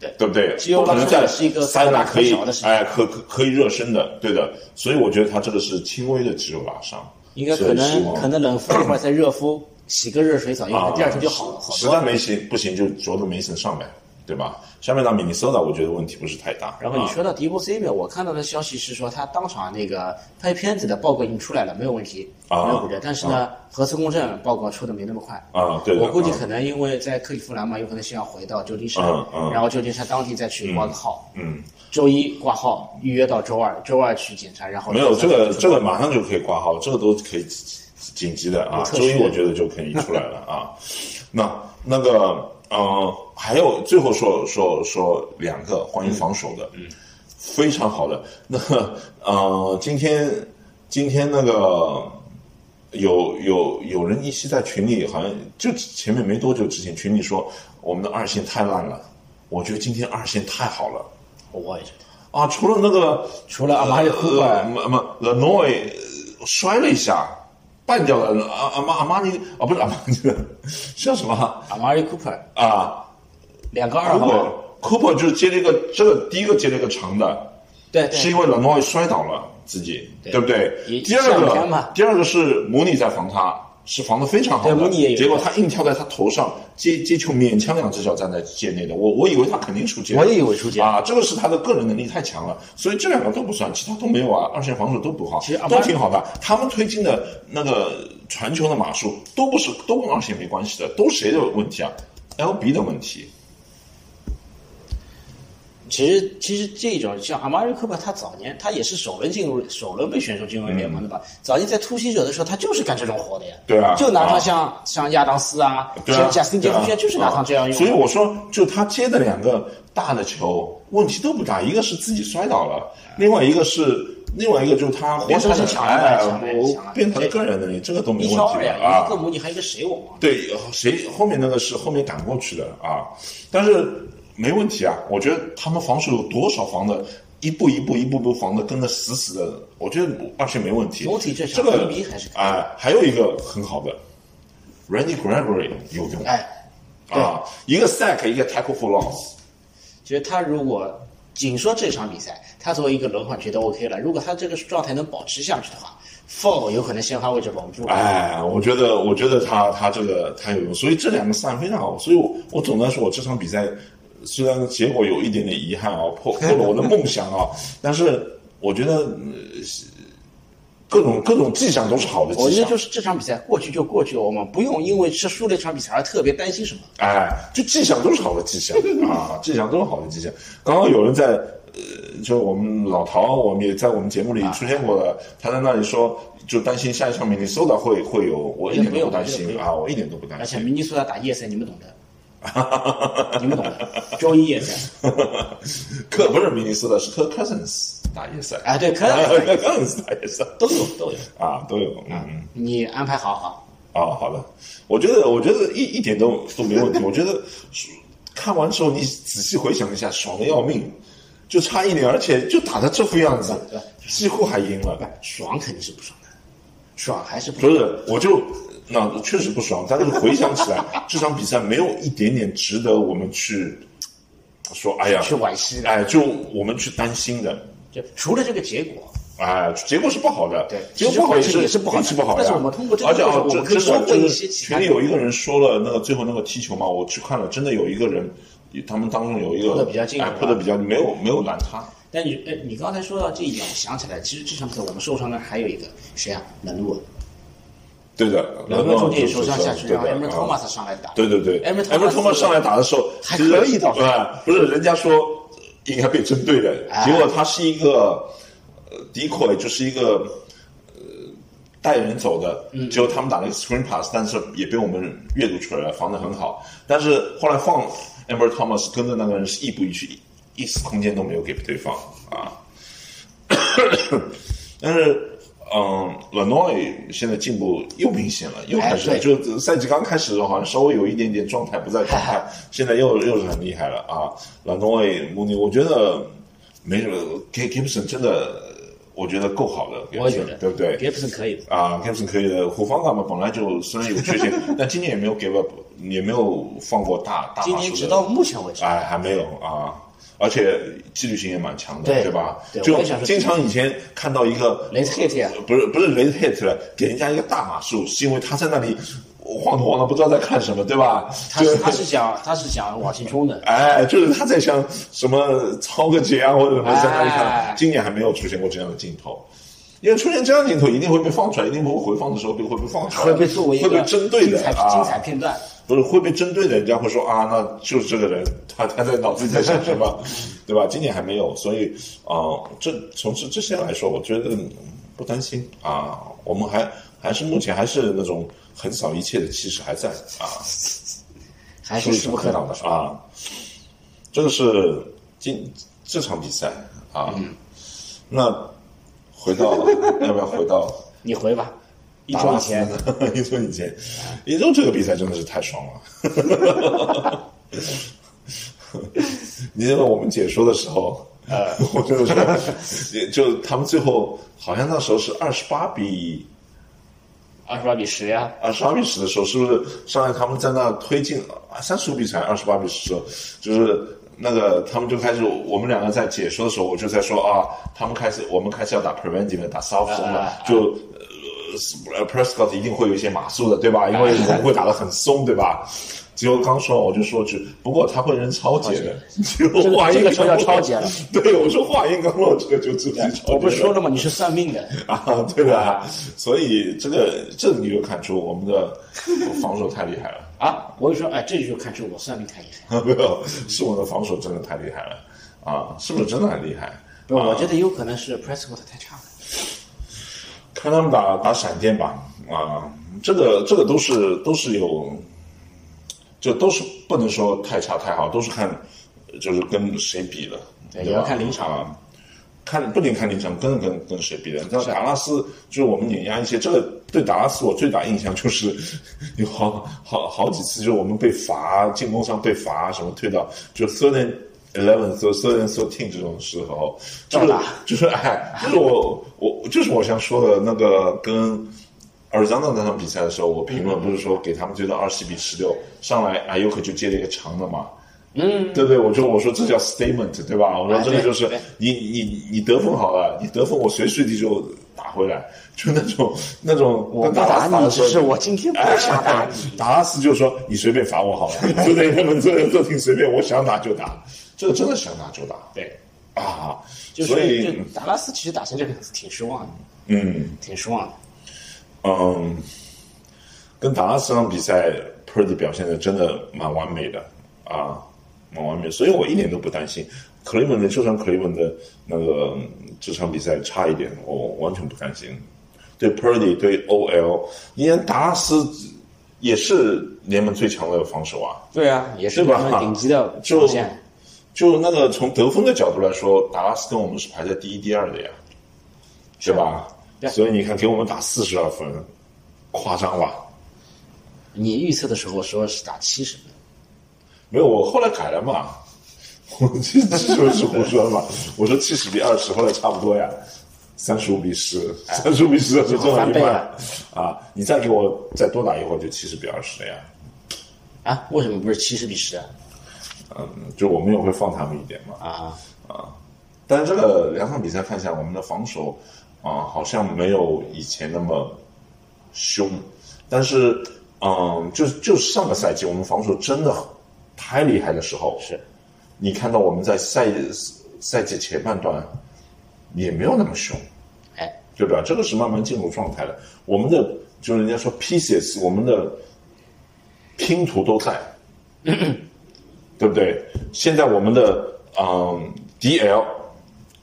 对
对不对？
肌肉
可
拉
能
伸
在
也是一个
塞纳
很
可以
小的事情
哎，可可可以热身的，对的。所以我觉得他这个是轻微的肌肉拉伤，
应该
所以
可
希
能
望
可能冷敷或者再热敷，洗个热水澡，应该
啊，
第二天就好了。好
实
多
在
了。
没行不行就着重梅森上呗，对吧？下面到米尼苏达，我觉得问题不是太大。
然后你
啊
说到迪布西米，我看到的消息是说他当场那个拍片子的报告已经出来了，没有问题，
啊
没有骨折。但是呢，核磁共振报告出的没那么快。
啊对的
我估计
啊
可能因为在克利夫兰嘛，有可能先要回到旧金山
嗯，嗯
然后旧金山当地再去挂个号。
嗯，
周一挂号，预约到周二，周二去检查，然后
没有
再
这个这个马上就可以挂号，这个都可以紧急的啊。
特
周
需
一我觉得就可以出来了啊。 那那个呃，还有最后说说说两个关于防守的，嗯，非常好的。 那呃，今天今天那个。有有有人一期在群里，好像就前面没多久之前，群里说我们的二线太烂了，我觉得今天二线太好了，
我也觉得
啊，除了那个，
除了阿马里库巴
呃呃么么 l e n 摔了一下，绊掉了。阿阿马阿马尼啊，不是阿马尼， 叫什么啊
阿马里库珀
啊？
两个二
库
号，
珀库珀就是接了一个这个第一个接了一个长的，
对对
是因为 l e n 摔倒了自己，
对
对不对
也？
第二
上天嘛
个第二个是姆尼在防他。是防的非常好的，
对姆尼也有
结果他硬跳在他头上接接球，勉强两只脚站在界内的。我我以为他肯定出界，
我也以为出界
啊，这个是他的个人能力太强了，所以这两个都不算，其他都没有啊，二线防守都不好，
其实阿巴
都挺好的。他们推进的那个传球的码数都不是，都跟二线没关系的，都谁的问题啊？LB 的问题，
其实其实这种像阿马瑞科巴，他早年他也是首轮进入首轮被选出进入联盟的吧？早年在突袭者的时候，他就是干这种活的呀。
嗯对啊
就拿他
啊
像、像亚当斯啊，
对啊
像，贾斯汀杰
对啊
弗逊，就是拿他这样用。
啊所以我说，就他接的两个大的球问题都不大，一个是自己摔倒了，另外一个是。另外一个就是他
活生生抢哎了
哎
抢了
我
抢了
变成了个人能力，这个都
一
没问题
挑二
的
呀，
啊
一。个母女还有一个谁我忘了。
对，谁后面那个是后面赶过去的啊，但是没问题啊，我觉得他们防守有多少防的，一步一步一步步防的跟的死死的，我觉得二线没问题。
总体这场
这个
横比还是可以
哎、还有一个很好的，Randy Gregory 有用、
哎，
啊，一个 sack 一个 tackle for loss，
觉得他如果仅说这场比赛，他作为一个轮换觉得 OK 了，如果他这个状态能保持下去的话 f o 有可能先发位置保不住。
哎，我觉得我觉得他他这个他有用，所以这两个赛非常好，所以我我总的来说我这场比赛虽然结果有一点点遗憾啊，破破了我的梦想啊，但是我觉得、呃是各种各种迹象都是啊好的
我
迹
觉得
象，
就是这场比赛过去就过去了，我们不用因为是输了一场比赛而特别担心什么。
哎，就迹象都是好的迹象啊， 迹象都是好的迹象。刚刚有人在呃，就我们老陶，我们也在我们节目里出现过的，他在那里说，就担心下一场明尼苏达会会有，我一点都不担
不用
心
不用
啊，我一点都不担
而且
心。
明尼苏达打夜赛，你们懂的，你们懂的。周一夜 赛，
科不是明尼苏达，是科 Cousins 打夜赛
啊 对 Cousins 打
Cousins 打夜赛
都有都有。
啊，都有嗯。
你安排好好，
啊，好的，我觉得我觉得一一点都都没问题。我觉得看完之后，你仔细回想一下，爽的要命，就差一点，而且就打成这副样子，几乎还赢了。
爽肯定是不爽的，爽还是不
不
爽。
是，我就那确实不爽，但是回想起来， 这场比赛没有一点点值得我们去说，哎呀，
去惋惜的
哎，就我们去担心的。
就除了这个结果，
哎，结果是不好的，
对
结果不好
其实过程也是
是
不好的
是不好的呀。
但是我们通过这个
而且
过程
啊，
我
这
们可以
真
收获
的
一
真的
些其他
群里有一个人说了那个最后那个踢球嘛，我去看了，真的有一个人，他们当中有一个
扑得比较近
哎
是吧，
扑的比较没有没有拦他，
但你哎，你刚才说到这一点，我想起来，其实这场比赛我们受伤的还有一个谁啊？冷路，
对的，
冷
然
路
后
中间也
就
受伤下去，
对
然后
的，
埃梅托马
啊
斯上来打，
对对对，
埃梅托
埃
马
梅
斯
托马上来打的时候，
还
其实
可以倒是
哎不是人家说应该被针对的，
哎
结果他是一个呃 decoy，就是一个呃带人走的，
嗯
结果他们打了一个 screen pass，但是也被我们阅读出来了，防得很好。但是后来放 Amber Thomas 跟着那个人是亦步亦趋，一一丝空间都没有给对方啊。 但是，嗯 l a n o i 现在进步又明显了，又开始了，
哎对
就赛季刚开始的时候好像稍微有一点点状态不在状态，
哎
现在又又是很厉害了啊 l a n o i 穆尼，我觉得没什么，K Gibson 真的我觉得够好的，
我也觉得，
对不对？
？Gibson 可以的，
啊 c a p s o n 可以的，胡方法嘛，本来就虽然有缺陷， 但今年也没有 give up，也没有放过大大马
今
术
年
的
直到目前为止，
哎，还没有啊，而且纪律性也蛮强的，
对
对吧？
对
就
我也想说
经常以前看到一个
雷特 hit 啊，
不是不是雷 hit 了，给人家一个大马术，是因为他在那里晃头晃脑，不知道在看什么，对吧？
他是
就
他是想他是想往前冲的，
哎，就是他在想什么操个节啊，或者什么在那里看，
哎
今年还没有出现过这样的镜头。因为出现这样的镜头，一定会被放出来，一定会回放的时候被 会被放出来，
会被作为一
会被
个
针对的
精彩
啊
精彩片段。
不是会被针对的，人家会说啊，那就是这个人，他他在脑子里在想 什么，对吧？今年还没有，所以啊、呃这从这这些来说，我觉得嗯不担心啊，我们还还是目前还是那种横扫一切的气势还在啊，
还是势不可挡的。
啊。这个是今这场比赛啊，
嗯
那回到要不要回到
你回吧，一
达
周 以
拉斯
前，
呢，一周以前，一周这个比赛真的是太爽了。 你知道我们解说的时候，呃， 我真的是，也就他们最后好像那时候是二十八比
二十八比十呀，
二十八比十的时候，是不是上来他们在那推进啊三十五比十还是二十八比十的时候，就是那个他们就开始，我们两个在解说的时候，我就在说啊，他们开始我们开始要打 preventive 了打 soft zone
啊
了，就。呃，Prescott 一定会有一些马术的，对吧？因为我们会打得很松，对吧？结果刚说完我就说句，不过他会扔超节的，结果
这个
话音
这个球叫
刚
超节了。
对，我说话音刚落，这个就自己超节了。
我不是说了吗？你是算命的，
啊，对吧？所以这个这你就看出我们的防守太厉害了，
啊，我就说，哎，这就看出我算命太厉害。
没有，是我们的防守真的太厉害了啊！是不是真的很厉害？
不是，我觉得有可能是 Prescott 太差了。
看他们打打闪电吧，啊，这个这个都是都是有，就都是不能说太差太好，都是看就是跟谁比了，
对
吧
也要看临场
啊，看不仅看临场，跟跟跟谁比的。那达拉斯就是我们碾压一些，这个对达拉斯我最大印象就是有好好好几次，就是我们被罚进攻上被罚什么退到就 third and eleven、third and thirteen 这种时候，就是
照打
就是哎，就是我我就是我想说的那个跟。尔桑的那场比赛的时候，我评论不是说给他们追到二十比十六，上来艾尤克就接了一个长的嘛，嗯，对不对？我就我说这叫 statement，对吧？我说
哎
这个
对
就是
对
你你你得分好了，你得分我随时随地就打回来，就那种那种
我
跟
不
达拉
打
斯打
你，
的时
只
候
是我今天不想打
哎
你。
达拉斯就说你随便罚我好了，就那他们这这挺随便，我想打就打，这个真的想打就打
对，
啊，
就
所
是
以
就达拉斯其实打成这个样子挺失望的，
嗯。
挺失望的。
嗯，跟达拉斯那场比赛，Purdy 表现的真的蛮完美的啊，蛮完美，所以我一点都不担心。克利文的就算克利文的那个嗯这场比赛差一点，我完全不担心。对 Purdy 对 OL，你看达拉斯也是联盟最强的防守啊，
对啊，也是
对吧
他们顶级 的
就
表现。
就那个从得分的角度来说，达拉斯跟我们是排在第一、第二的呀，对吧？
对
所以你看，给我们打四十二分，夸张吧？
你预测的时候说是打七十分，
没有，我后来改了嘛。 我这这就是胡说嘛。我说七十比二十，后来差不多呀，三十五比十，三十五比十就正好一
翻倍
半
了
啊！你再给我再多打一会儿，就七十比二十了呀。
啊？为什么不是七十比十啊？
嗯就我们也会放他们一点嘛。
啊，
但是这个两场比赛看下来，我们的防守啊、好像没有以前那么凶，但是嗯，就就上个赛季我们防守真的太厉害的时候，
是
你看到我们在赛赛季前半段也没有那么凶，
哎，
对吧？这个是慢慢进入状态的。我们的就是人家说 pieces，我们的拼图都 在，对不对？现在我们的嗯 DL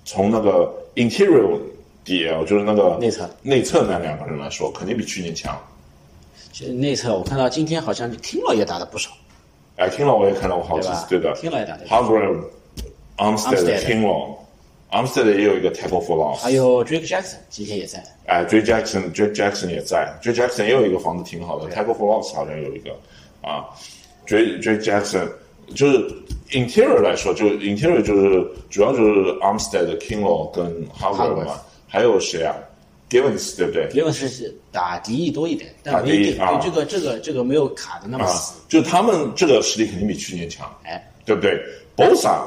从那个 interior DL 就是那个
内侧
内侧那两个人来说，肯定比去年强。
这内侧我看到今天好像 King 老也打的不少，
哎，听了我也看到过好几
对吧
次，对的。
听了也打得
h a r g r a v e Armstead
Armstead
听了，Armstead 也有一个 tackle for loss。
还有 Drake Jackson 今天也在，
哎，J Jackson J Jackson 也在，J Jackson 也有一个防的挺好的，Tackle for Loss 好像有一个啊，J J Jackson 就是 Interior 来说，就 Interior 就是主要就是 Armstead、Kinlo 跟 h a r v a r d
Harvard
嘛，还有谁啊？Givens 对不对？
因为是打敌意多一点，但
打
不
敌意
一定
啊
对这个这个这个没有卡的那么
啊
死。，
就他们这个实力肯定比去年强，
哎，
对不对？Bosa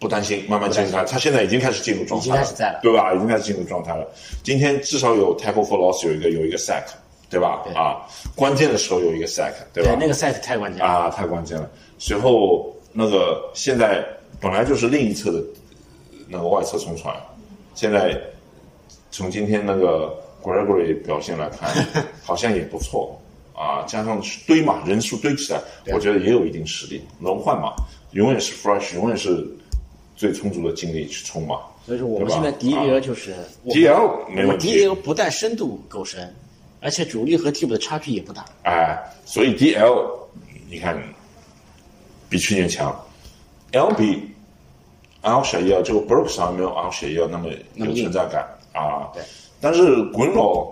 不担心，慢慢进入他，他现在已经开始进入状态
已经
了，
开始在了
对吧？已经开始进入状态了。今天至少有 tackle for loss 有一个有一个 sack，对吧？啊，关键的时候有一个 sack，对吧？
对，那个赛 e 太关键了。
啊，太关键了。随后那个现在本来就是另一侧的那个外侧冲传，现在从今天那个 Gregory 表现来 看，好像也不错啊。加上堆嘛，人数堆起来，我觉得也有一定实力。轮换嘛，永远是 fresh，永远是最充足的精力去冲嘛。
所以说我们
对
现
吧
在敌
啊
人就是我们
DL 没
我
问
们
题
DL 不但深度够深，而且主力和替补的差距也不大。
哎，所以 DL 你看比去年强，L 比 L 小叶这个 Brooks 还没有 L 小叶那么有存在感啊。
对，
但是 Greenlaw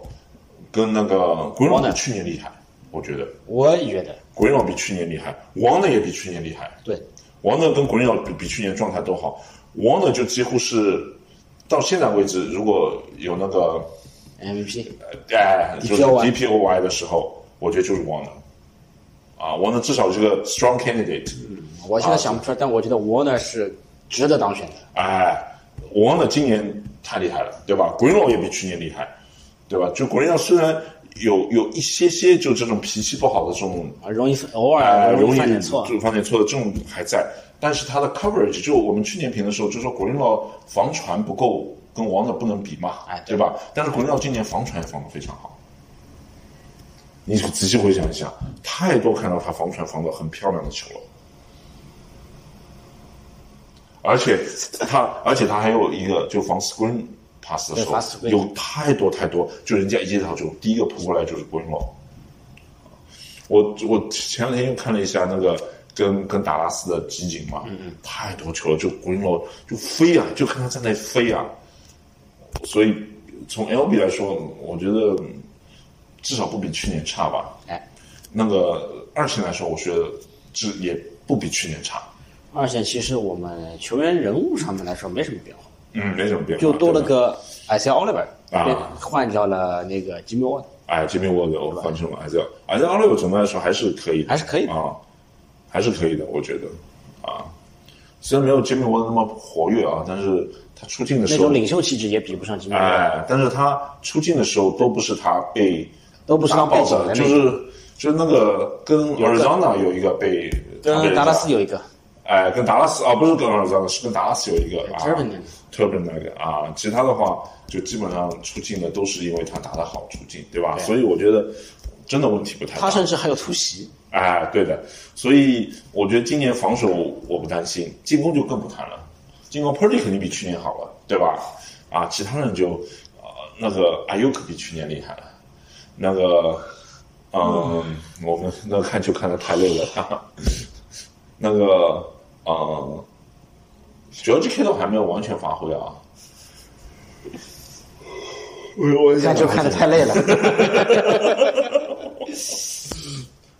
跟那个 Greenlaw 比
Warner
去年厉害，我觉得
我也觉得
Greenlaw 比去年厉害，Warner 也比去年厉害。
对，
Warner 跟 Greenlaw 比比去年状态都好，Warner 就几乎是到现在为止，如果有那个
MVP
哎，就是
DPOY
DPOY 的时候，我觉得就是 Warner。啊，Warner 至少是个 strong candidate。
我现在想
啊
不出来，但我觉得 Warner 是值得当选的。
哎，Warner 今年太厉害了，对吧？Greenlaw 也比去年厉害，对吧？就 Greenlaw 虽然有有一些些就这种脾气不好的这种，
啊，容易偶
哎，
尔
容
容
易
易犯点错，
就犯点错的这种还在，但是他的 coverage 就我们去年评的时候就说 Greenlaw 防传不够，跟 Warner 不能比嘛，
哎
对
对
吧？但是 Greenlaw 今年防传也防得非常好。你仔细回想一下，太多看到他防传防的很漂亮的球了，而且他而且他还有一个就防 screen pass 的时
对
候
防 screen
有太多太多，就人家一接到球，第一个扑过来就是 g r e e n l a w 我我前两天又看了一下那个跟跟达拉斯的集锦嘛，太多球了，就 g r e e n l a w 就飞啊，就看他在那飞啊，所以从 LB 来说，我觉得嗯至少不比去年差吧。
哎，
那个二线来说，我觉得这也不比去年差。
二线其实我们球员人物上面来说没什么变化，
嗯，没什么变化，
就多了
对吧。
个 Isaiah Oliver，
啊
被换掉了那个 Jimmy Ward，
哎，这边我我换成了还是要，还是奥利奥总的来说还是可以的，
还是可以的
啊，还是可以的，我觉得啊，虽然没有杰米沃德那么活跃啊，但是他出镜的
那
时候
种，领袖气质也比不上 Jimmy Ward，
哎，但是他出镜的时候都不是他被
都不是当
打
背
爆
景的那
的，就
种。
是就是那个跟 Arizona 有一个被
跟
他被人
达拉
打
斯有一个，
哎，跟达拉斯啊，不是跟阿尔萨是跟达拉斯有一个啊
Turban 那个
Turban 那个啊，其他的话就基本上出镜的都是因为他打得好出镜，对吧？所以我觉得真的问题不太大。
他甚至还有突袭，
哎，对的，所以我觉得今年防守我不担心，进攻就更不谈了。进攻 Purdy 肯定比去年好了，对吧？啊，其他人就呃那个 Ayuk 比去年厉害了，那个嗯，我们那个看球看的太累了，哈 哈那个嗯，George Kittle 还没有完全发挥啊。我我
看就看得太累了。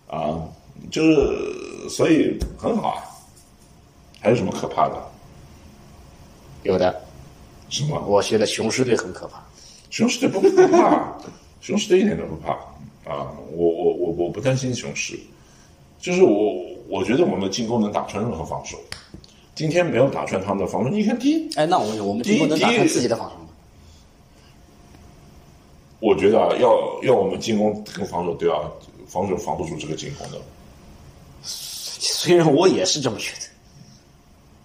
啊，就是所以很好啊，还有什么可怕的？
有的，
什么？
我觉得雄狮队很可怕。
雄狮队不不怕， 雄狮队一点都不怕啊！我我我我不担心雄狮，就是我我觉得我们的进攻能打穿任何防守，今天没有打穿他们的防守。你看第一，
哎，那我们我们
第一
进攻能打
第
开
一
自己的防守吗？
我觉得啊，要要我们进攻跟防守对啊，防守防不住这个进攻的。
虽然我也是这么觉得，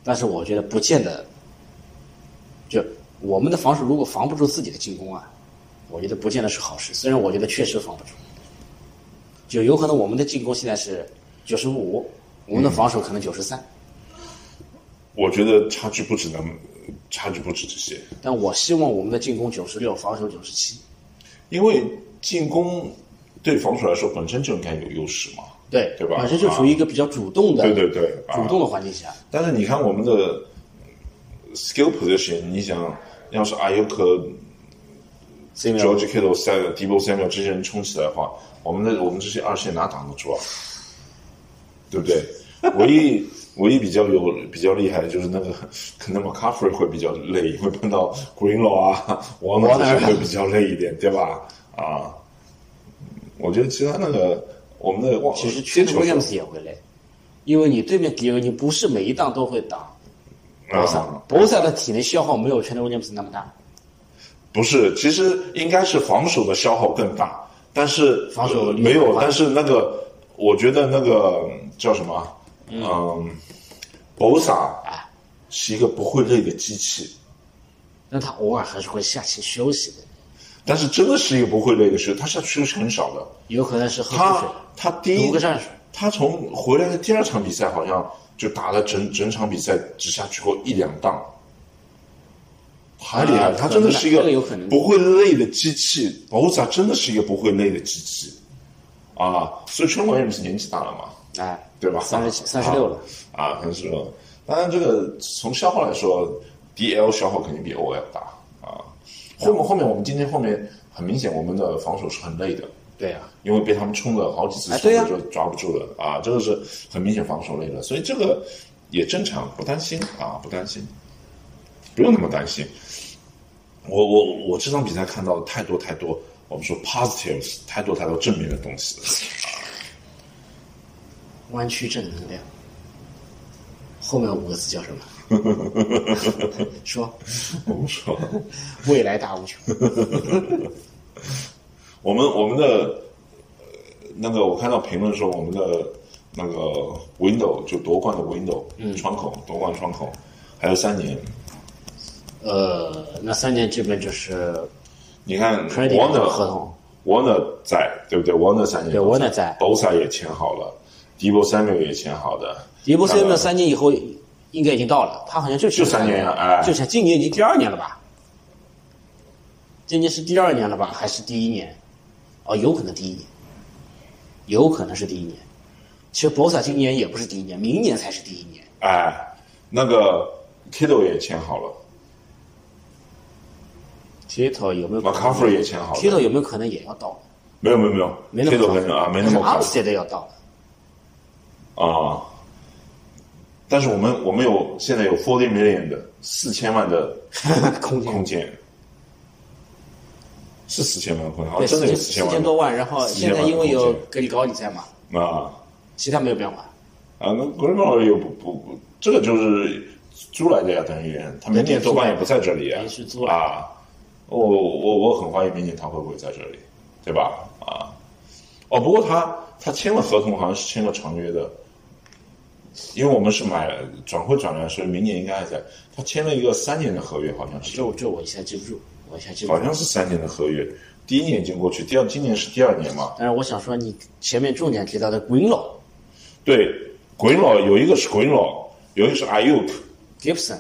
但是我觉得不见得。就我们的防守如果防不住自己的进攻啊，我觉得不见得是好事。虽然我觉得确实防不住，就有可能我们的进攻现在是九十五，我们的防守可能九十三。
我觉得差距不止能，差距不止这些。
但我希望我们的进攻九十六，防守九十七。
因为进攻对防守来说本身就应该有优势嘛，
对
对吧啊
本身就处于一个比较主动的，
对对对啊
主动的环境下。
但是你看我们的 skill position，你想要是阿尤克、
所以
George Kittle、塞 Debo Samuel 这些人冲起来的话，我们的我们这些二线哪挡得住啊？对不对？唯一唯一比较有比较厉害的就是那个，可能 McCaffrey 会比较累，因为碰到 Greenlaw 啊，王老师会比较累一点，对吧？啊，我觉得其他那个我们的哇，
其实去
球手
Williams 也会累，因为你对面敌人你不是每一档都会打。博萨
啊，，
博萨的体能消耗没有 c h a n d Williams 那么大，
不是，其实应该是防守的消耗更大，但是
防守
呃
力
没有
更，大
但是那个我觉得那个嗯叫什么，嗯，博萨是一个不会累的机器，
但他偶尔还是会下棋休息的，
但是真的是一个不会累的球，他下去是很少的。
有可能是喝口
他
水。
他第一
读个战术
他从回来的第二场比赛好像就打了整整场比赛只下去过一两档，太厉害
啊
了！他真的是一
可能的这个有可能
不会累的机器，保萨真的是一个不会累的机器啊！所以全国 M 是年纪大了嘛，
哎，
对吧？
三十七、三十六了，
啊，三十六。当然，这个从消耗来说，DL 消耗肯定比 OL 大啊。后面后面我们今天后面很明显，我们的防守是很累的。
对啊，
因为被他们冲了好几次
哎，
球
对呀
就抓不住了啊这个是很明显防守类的，所以这个也正常，不担心啊，不担心，不用那么担心。我我我这场比赛看到了太多太多，我们说 positives 太多太多正面的东西了。
弯曲正能量。后面五个字叫什么？ 说
我们说，
未来大无穷。
我们我们的呃那个，我看到评论说我们的那个 window 就夺冠的 window、窗
嗯
口，夺冠窗口还有三年。
呃，那三年基本就是
你看
Credit
王的
合同，
王的在对不对？王的三年，
对 Warner 在
博萨也签好了，迪波三六也签好的，
迪布森
那
的
个
三年以后应该已经到了，他好像就
就三年啊哎
就像今年已经第二年了吧？今年是第二年了吧？还是第一年？哦，有可能第一年，有可能是第一年。其实博萨今年也不是第一年，明年才是第一年。
哎，那个 Kido 也签好了
Tito 有没有可能
，McCaffrey 也签好了，
？Tito 有没有可能也要到了？
没有没有没有
没那么
，Kido
快
没有啊，没那么快
但是 Armstead 要到了，
啊。但是我们我们有现在有 forty million 的四千万的
空间
空间，是四千万的空间，好
对
像真的有
四
千
千多万，然后
4000
现在因为
万
有
的空
格里高里在嘛，
间啊。
其他没有变化。
啊，那 g r e m o r 又不不不，这个就是租来的呀，等于他明年多半也不在这里呀
等于是租来的
啊。我我我很怀疑明年他会不会在这里，对吧？啊，哦，不过他他签了合同，好像是签了长约的，因为我们是买转会转来，所以明年应该还在。他签了一个三年的合约，好像是
这，我这我一下记不住，我一下记不住。
好像是三年的合约。第一年已经过去，第二今年是第二年嘛？
但是我想说，你前面重点提到的 Greenlaw、
对 g r e n l a w 有一个是 g r e n l a w 有一个是 Ayuk。
Gibson，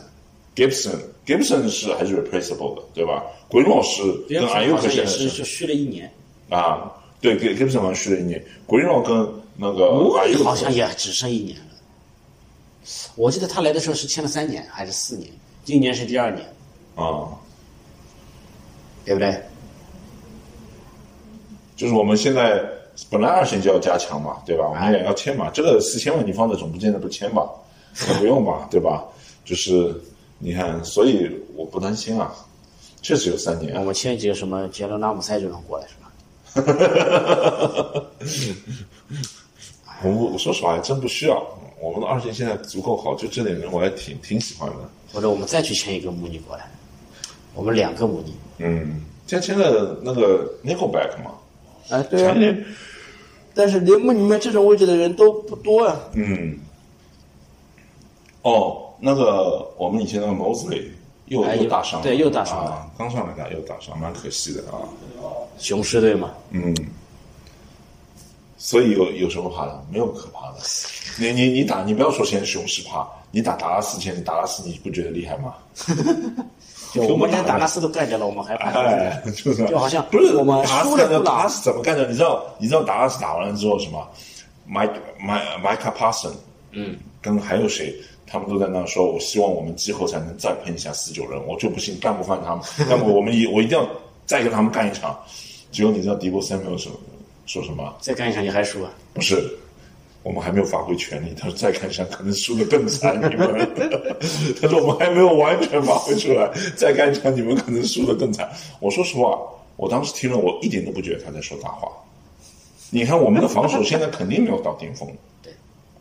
Gibson Gibson 是还是 replaceable 的，对吧？鬼老师跟
Gibson 好
Ayuk
像也
现在
是
哎是
就续了一年，
啊，对，Gib-，Gibson 好像续了一年，鬼佬跟那个 Ayuk
好像也只剩一年了。我记得他来的时候是签了三年还是四年，今年是第二年，
啊，
对不对？
就是我们现在本来二线就要加强嘛，对吧？我
哎
们也要签嘛，这个四千万你放在总部建的不签吧，也不用吧，对吧？就是你看，所以我不担心啊，确实有三年
我
啊，
们签几个什么杰伦拉姆塞这种过来是吧？
我我说实话还真不需要，我们的二线现在足够好，就这点人我还挺挺喜欢的。
或者我们再去签一个穆尼过来，我们两个穆尼。
嗯，先签了那个 Nickelback 嘛，
啊，对
前年
但是联盟里面这种位置的人都不多啊。
嗯，哦，那个我们以前那个 Mosley 又、
哎
又
又
大伤了，
对又大伤了
啊，刚上来打又大伤，蛮可惜的啊。
雄狮队嘛，
嗯，所以有有什么怕的？没有可怕的。你你你打，你不要说现在雄狮怕，你打达拉斯前，达拉斯你不觉得厉害吗？
就我们连达拉斯都干掉了，我们还怕他
哎，就是
就好像
不是
我们
打
输
死
了
那
布朗
打死怎么干的？你知道你知道打死打完了之后什么？Mike Mike Mike Parson，嗯，跟还有谁？他们都在那说，我希望我们季后赛能再喷一下四九人，我就不信干不翻他们，那么我们一我一定要再跟他们干一场。结果你知道迪波森没有什么说什么？
再干一场你还输啊？
不是，我们还没有发挥全力。他说再看下可能输得更惨，你们。 他说我们还没有完全发挥出来，再看一场你们可能输得更惨。我说实话，我当时听了，我一点都不觉得他在说大话。你看我们的防守现在肯定没有到巅峰。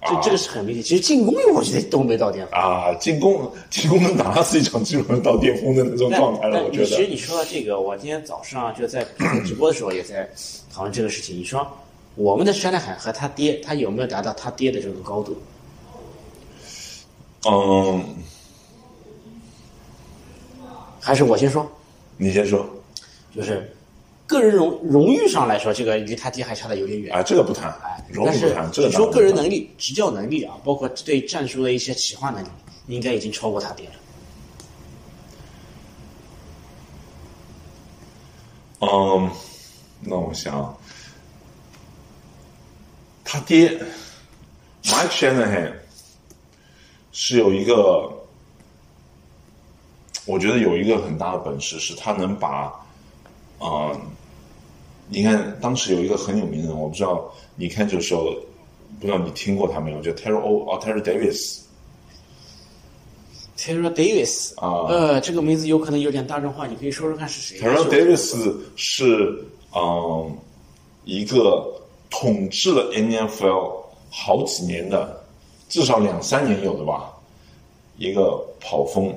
这这个是很明显。其实进攻我觉得都没到巅峰。
啊，进攻进攻能打到自己场基本上到巅峰的那种
但
状态了，
但
我
你
觉
其实
得
你说到这个，我今天早上就在直播的时候也在讨论这个事情。你说我们的山海和他爹，他有没有达到他爹的这个高度？
嗯，
还是我先说，
你先说
就是个人荣荣誉上来说，这个离他爹还差的有点远。
啊，这个不谈
哎，
容
但
易不
是
谈，这个
你说
当然
个人
不谈
能力、执教能力啊，包括对战术的一些企划能力，应该已经超过他爹了。
嗯，那我想，啊他爹 Mike Shanahan 是有一个，我觉得有一个很大的本事，是他能把，嗯，你看当时有一个很有名的人，我不知道你看这时候，不知道你听过他没有，叫 Terrell O 啊 Terrell Davis。
Terry Davis
啊
呃，这个名字有可能有点大众化，你可以说说看是谁。
Terrell
是
Davis 是嗯一个统治了 NFL 好几年的，至少两三年有的吧，一个跑锋。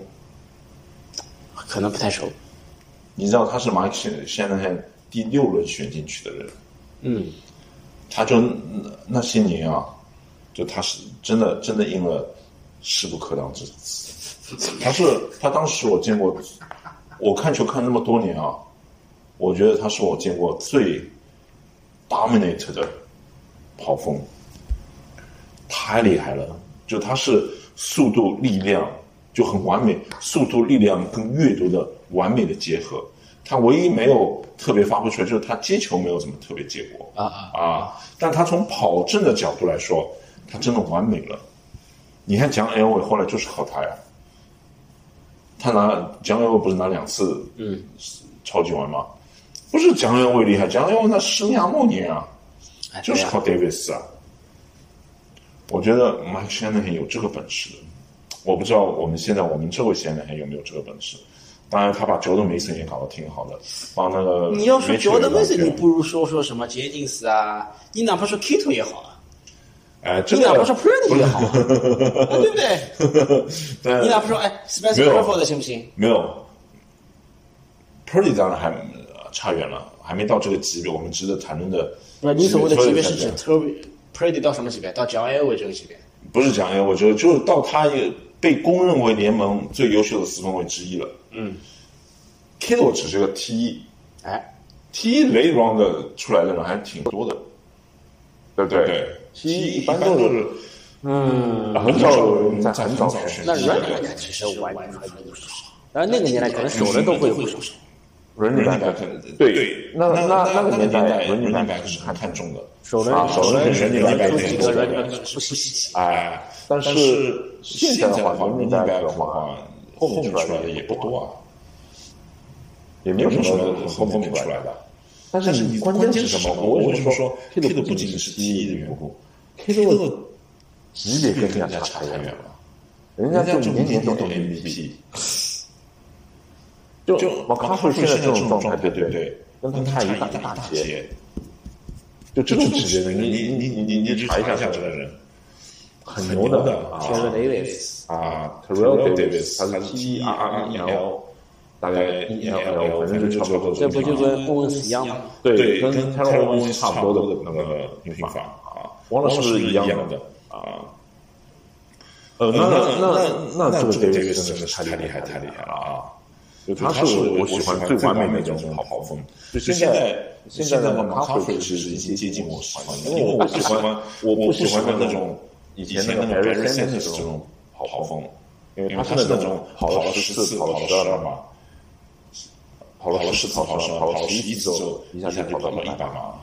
可能不太熟。
你知道他是马克现在第六轮选进去的人，
嗯，
他就那那些年啊，就他是真的真的应了势不可挡之词。他是他当时我见过，我看球看那么多年啊，我觉得他是我见过最 dominate 的跑锋，太厉害了！就他是速度、力量就很完美，速度、力量跟阅读的完美的结合。他唯一没有特别发挥出来，就是他接球没有什么特别结果啊啊！但他从跑阵的角度来说，他真的完美了。你看蒋 L 伟后来就是靠他呀，他拿蒋 L 伟不是拿两次嗯超级碗吗？不是蒋 L 伟厉害，蒋 L 伟那生涯末年啊，
哎
就是
对啊
靠 Davis 啊。我觉得 Mike Shanahan 有这个本事的，我不知道我们现在我们这位 Shanahan 有没有这个本事。当然，他把 Jordan Mason 也搞得挺好的，把那个
你要说
Mitchell 也
Jordan
搞得
Mason，
挺
你不如说说什么杰金斯啊，你哪怕说 Kito 也好啊，
哎，这
你
个
哪怕说 Purdy 也好啊，啊对不对？
但
你哪怕说哎 Spencer
没有
Crawford 行不行？
没有，Purdy 当然还呃差远了，还没到这个级别，我们值得谈论的。
不是，你所谓的级别是
所以
指
才这样
Terry Purdy 到什么级别？到 John Elway 这个级别？
不是讲哎，我觉得就是到他也被公认为联盟最优秀的四分卫之一了。嗯，Kittle 只是个 T 一
哎，
，T 一雷 r o 的出来的人还挺多的，对不对？对，T E 一一般都是。嗯，很少有人在很早选
那
进
软
来
软
的
的其实完全不熟，然后那个年代可能熟的都会不熟。
轮
人
流
力
打
白
的，
可能
对
那
那那
那
那个
年
年代
人
人
力
力
白
白
是很看重的，
首轮
啊首轮
人
人力白
出
肯
几
定
个
多
人
的
不稀奇。
哎，
但
是
是
现
现
在的
在的
话
话
，running
现在
back
的
的
话
话，后
后
面
面
出
出
来
来
的
的
也
也
不
不
多啊，
也没
没
有
有
什
什
么
么后后面出来的。
但
但是
你
你关键
键
是
是
什
么
么？
呢？
我为
为
什
什
么
么
说
K
K
的
的不
不
仅
仅
是
是
T 一
T
的
的
缘
缘
故
故
，K 的
级别
跟人
跟人
家
家
差
差
太
太
远
远
了
了，，人家
人家
就
就
年
年
年
年
都
都
懂
懂
MVP，
MVP，
就
就
马卡
卡
夫
现
现
在这
在这
种
种
状
状
态，对
态，对
对
对
对
对，，
跟
跟
他差
他差
一
一
大
大
大
大
截
截。。就
这
这
种
种
级
级
别的
别的
人，
人，
你你你
你你
你
你
你
你
去
去
查
查
一
一
下
下
这
这
个
个
人
人，
很
很
牛
牛
的
的
啊
啊
Davis
啊
t e r
，Terrell
e l
Davis，
Davis，
他
他
是
是
T
T
E
E R
R
R
E
E
L，
L，
大概 E L L，
反
反正
正就
就差
差
不
不
多
多
这
这
么
不就
么
长
跟欧文斯一样吗？
对，
对，
跟
跟
Terrell
Terrell
Owens
Owens
差
差
不
不
多
多
的
的
那
那
个
个
平
平
方
方
啊
啊，，
忘了是
是
不
不
是
是
一
一
样
样
的
的？啊？
呃，那
那
那那
这
这
个
个
Davis 真
Davis 真
的
的
是
是
太
太
厉
厉
害
害
太
太
厉
厉
害
害
了
了！
啊！
就
他
他
是
是
我
我
我
喜
喜
欢
欢
最
完
完
美
美
的
的
一
一
种
种
跑
跑
跑
跑
风
风。
就
就
现
现
在
在
现
现
在
在
的
的
McCaffrey
McCaffrey
其实
其实
已
已
经
经
接
接
近
近
我
我
喜
喜
欢的，
欢的
因为我
因为我
不
不
喜
喜
欢
欢
我不喜欢那
我不喜欢那
种
种
以
以
前
前
的
的
Barry
Barry
Sanders 这
Sanders 这
种
种
跑
跑
跑风
风，因为
因为
他
他是
是
那种
那种
跑
跑
了
了
十
十
次
次、
跑
跑
了
了
十
十
二
二
码
码，
跑
跑
了
了
十
十
次
次、
跑了十二
跑了十二
跑
跑
了
了
十
十
一
一
次
次
一
一
下
下
就跑
就跑
到
到
一
一
百
百
码
码。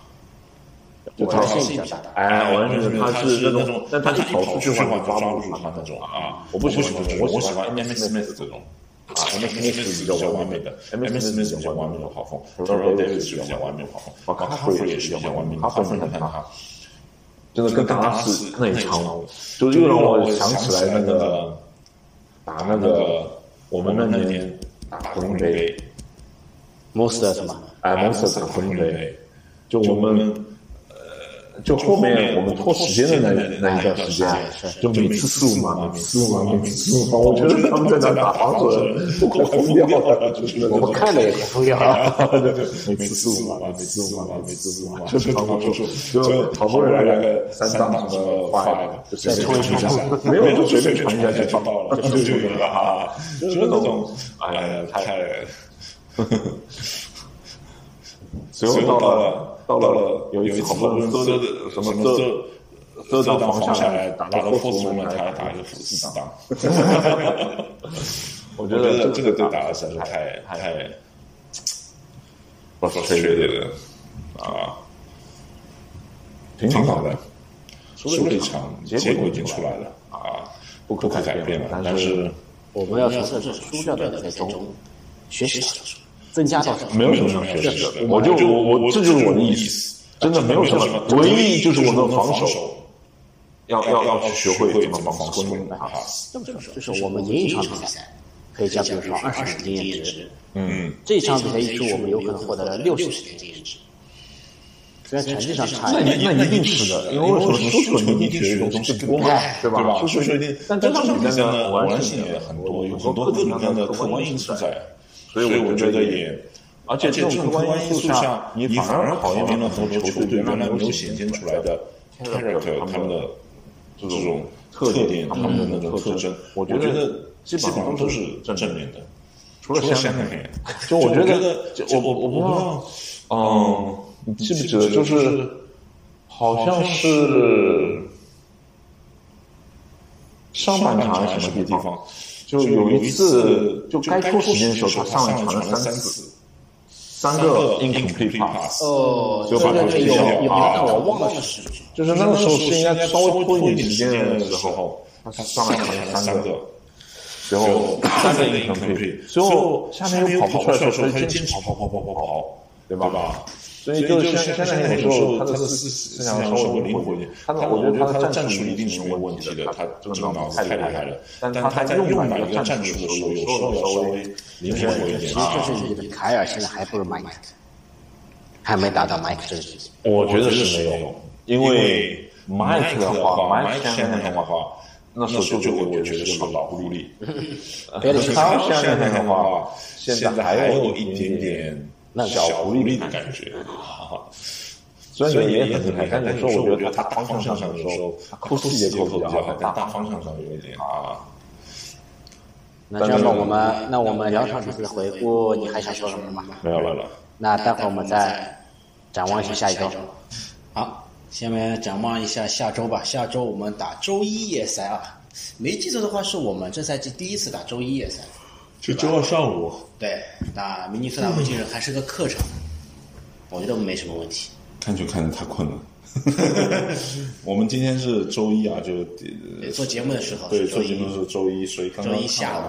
就
他
是一下打。
哎，我
认
认
识
识
他
他
是
是
那种
那种，，
但
但
他
他
一
一
跑
跑
出
出
去
去
的
的
话
话
抓
抓
不
不
住
住
他那种
他那
啊我不喜欢这种，我喜
种啊，我不喜欢这种我喜
欢
欢
M S
M.S.
Smith 这种。啊
M.S.
，M S
Smith
比
比
较
较
完
完
美
美
的
的
，M S Smith 是比较完美的跑风 t e r r e l Davis 是比较完美的跑风
Davis
马卡夫也是比较完美的跑风，你看他，
真的跟达拉斯那一场，就又让我想起来那个打那个我们那年打湖人杯，
，Monster 是吗？
哎，蒙斯打湖人杯，就我们呃，就后面我们拖时间的那那一段时间，就每次四五码，四五码，每次四五码，我觉得他们在那打防守，我快疯掉了，就是那种
我看了也很疯掉啊。
每次四五码，每次四五码，每次四五码，就是跑不出，就好不容易来个三档什么快的，就随便传一下，没有就随便传一下就传到了，就就有了哈，就是那种哎呀太。随后到了到了有一次好不容易遮什么遮遮挡防下来，打到 force 我们才打一个 force 挡。我觉得这个对打的实在是太太不是吹对的啊，挺好的，输了一场，结果已经出来了啊，不可改变了，但是
我们要从这输掉的那种学习到什么，增加到什么？
没有什么要学习的，我就我我这就是我的意思，真的没有什么，唯一就是我们的防守。要要要去学会怎么防守啊！
这么说，就是我们赢一场比赛，可以加比如说二十经验值，
嗯，
这一场比赛一输，我们有可能获得了六十的经验值。虽然成绩上差
那
一点，
你那一定是的，因为为什么输球你一定学的东西更多嘛，对吧？
吧？
输球一定，但这场比赛呢，
偶
偶
然
然
性
性
也
也
很
很
多，
多，
有
有
很
很
多
多
各
各
种
种
各
各
样
样
的
的
客
客
观
观
因
因
素
素
在
在，，
所以我觉得也，
而且这
这种
种
客观
客观
因
因
素
素
下
下，，
你
你
反
反
而
而
考
考
验
验
了
了
很
很
多
多
球
球
队
队
原
原
来
来
没
没
有
有
显
显
现
现
出
出
来
来
的
的
character，
character，
他
他
们
们
的
的
这
这
种
种
特
特
点，
点
他
他
们
们
的
的
那
那
种
种
特
特
征
征，
我
我
觉
觉
得
得
基
基
本上
本上
都
都
是
是
正面的，
除
除了
香
香港人，
就我觉得，
就
我
我
我
我不
不知
知道，，
道嗯，你记不记得？就是好像是上半场还是什么地方，就有一次就该拖时间的时候，他上来传了三次，三个 incomplete pass，
哦，对
把球
对对，
踢
有
掉
有，有
啊
但我忘了是什么。
就是那个时候是应该稍微拖一点时间的时候，他上来传了三个。然后三个 incomplete，最后下面又跑不出来哎的时候，他就坚持跑跑跑跑跑跑，对吧？所以就是现现在有时候他的思思想稍微灵活一点，他的我觉得他的战术一定是没有问题的，他这个脑子太厉害了。但他在用哪一个战术的时候，有时候要稍微灵活一点
其实
啊。
这是你的凯尔现在还不如 Mike，还没达到 Mike 这个级别。
我觉得是没有，因为 Mike 的话，Mike 先生的话，那时候就就我觉得是个老狐狸。
别理他，
他先生的话，现在还有一点点小狐狸的感觉。虽然也很厉害，但是说我觉得他大方向上的时候，他抠细节抠比较好，但大方向上有一点啊。
那这样吧，我们那我们聊场比赛的回顾，你还想说什么吗？
没有了，
那待会儿我们再展望一下下一周。
好，下面展望一下下周吧。下周我们打周一夜赛啊，没记错的话，是我们这赛季第一次打周一夜赛。
就周二上午，
对，打明尼苏达灰金人还是个客场，我觉得没什么问题。
看球看得太困了。 我们今天是周一啊，就
呃
对做节目的时候
对
是周
做节
一
目，是周一，所以刚刚
周一下
看完
午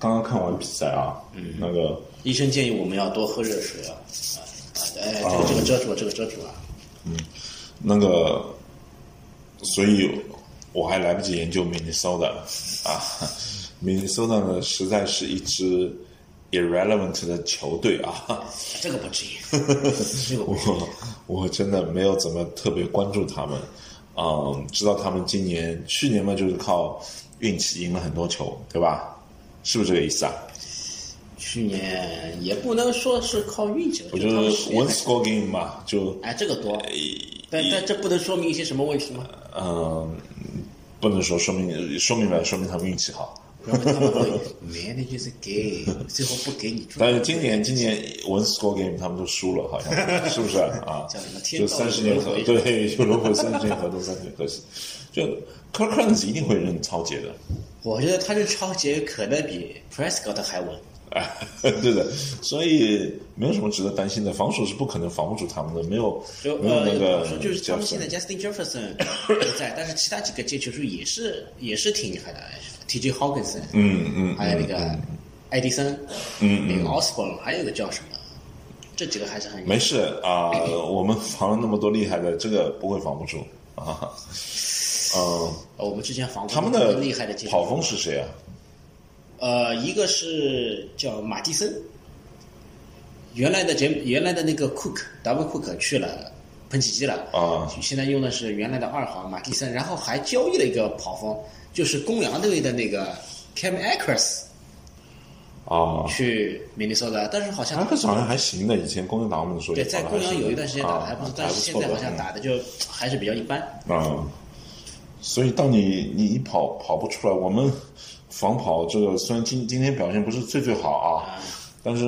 刚刚看完比赛啊，嗯，那个
医生建议我们要多喝热水啊。啊，哎，这个这个遮住了，这个遮住了。
那个，所以我还来不及研究 Minnesota 啊，Minnesota 呢实在是一支 irrelevant 的球队啊，
这个不至 于，这个不至于
我我真的没有怎么特别关注他们，嗯，知道他们今年去年嘛就是靠运气赢了很多球，对吧？是不是这个意思啊？
去年也不能说是靠运气，
我
觉
就
得他们实
是
力
one
还
score game 嘛，就
哎，这个多，但但这不能说明一些什么问题吗？
嗯，不能说说明说明了，说明他们运气好。
然后他们会 manage the game，最后不给你赚。
但是今年今年 one score game 他们都输了，好像是不是 啊？
叫什么天
就
道
三十年合
轮回
对，就轮回三十年合同，三十年合同，就 Kirk Cousins 一定会认超节的，
我觉得他这超节可能比 Prescott 还稳。
哎， 对的，所以没有什么值得担心的，防守是不可能防不住他们的，没有
就
没有
呃，
那个
说就是他们现在
Jefferson
Justin Jefferson 不在，但是其他几个接球手也是也是挺厉害的，TJ Hawkinson，
嗯嗯，
还有那个爱迪生，
嗯
那个 Osborne，还有一个叫什么？这几个还是很厉害
没事啊、我们防了那么多厉害的，这个不会防不住，啊，嗯，
呃，我们之前防过
他们的
更厉害的进攻
跑锋是谁啊？
呃，一个是叫马蒂森，原来的杰原来的那个 Cook David Cook 去了喷气机了
啊
现在用的是原来的二号马蒂森，然后还交易了一个跑锋，就是公羊队的那个 Cam Akers
啊，
去明尼苏达，但是好像
阿克斯好像还行的，以前公牛打我们的时候也
对，在
打得
公
还
羊
行
有一段时间打的
啊
还不错，
还
但是现
错
在
的
好像
嗯
打的就还是比较一般。
啊，所以到你你一跑跑不出来，我们防跑这个虽然今今天表现不是最最好啊，但是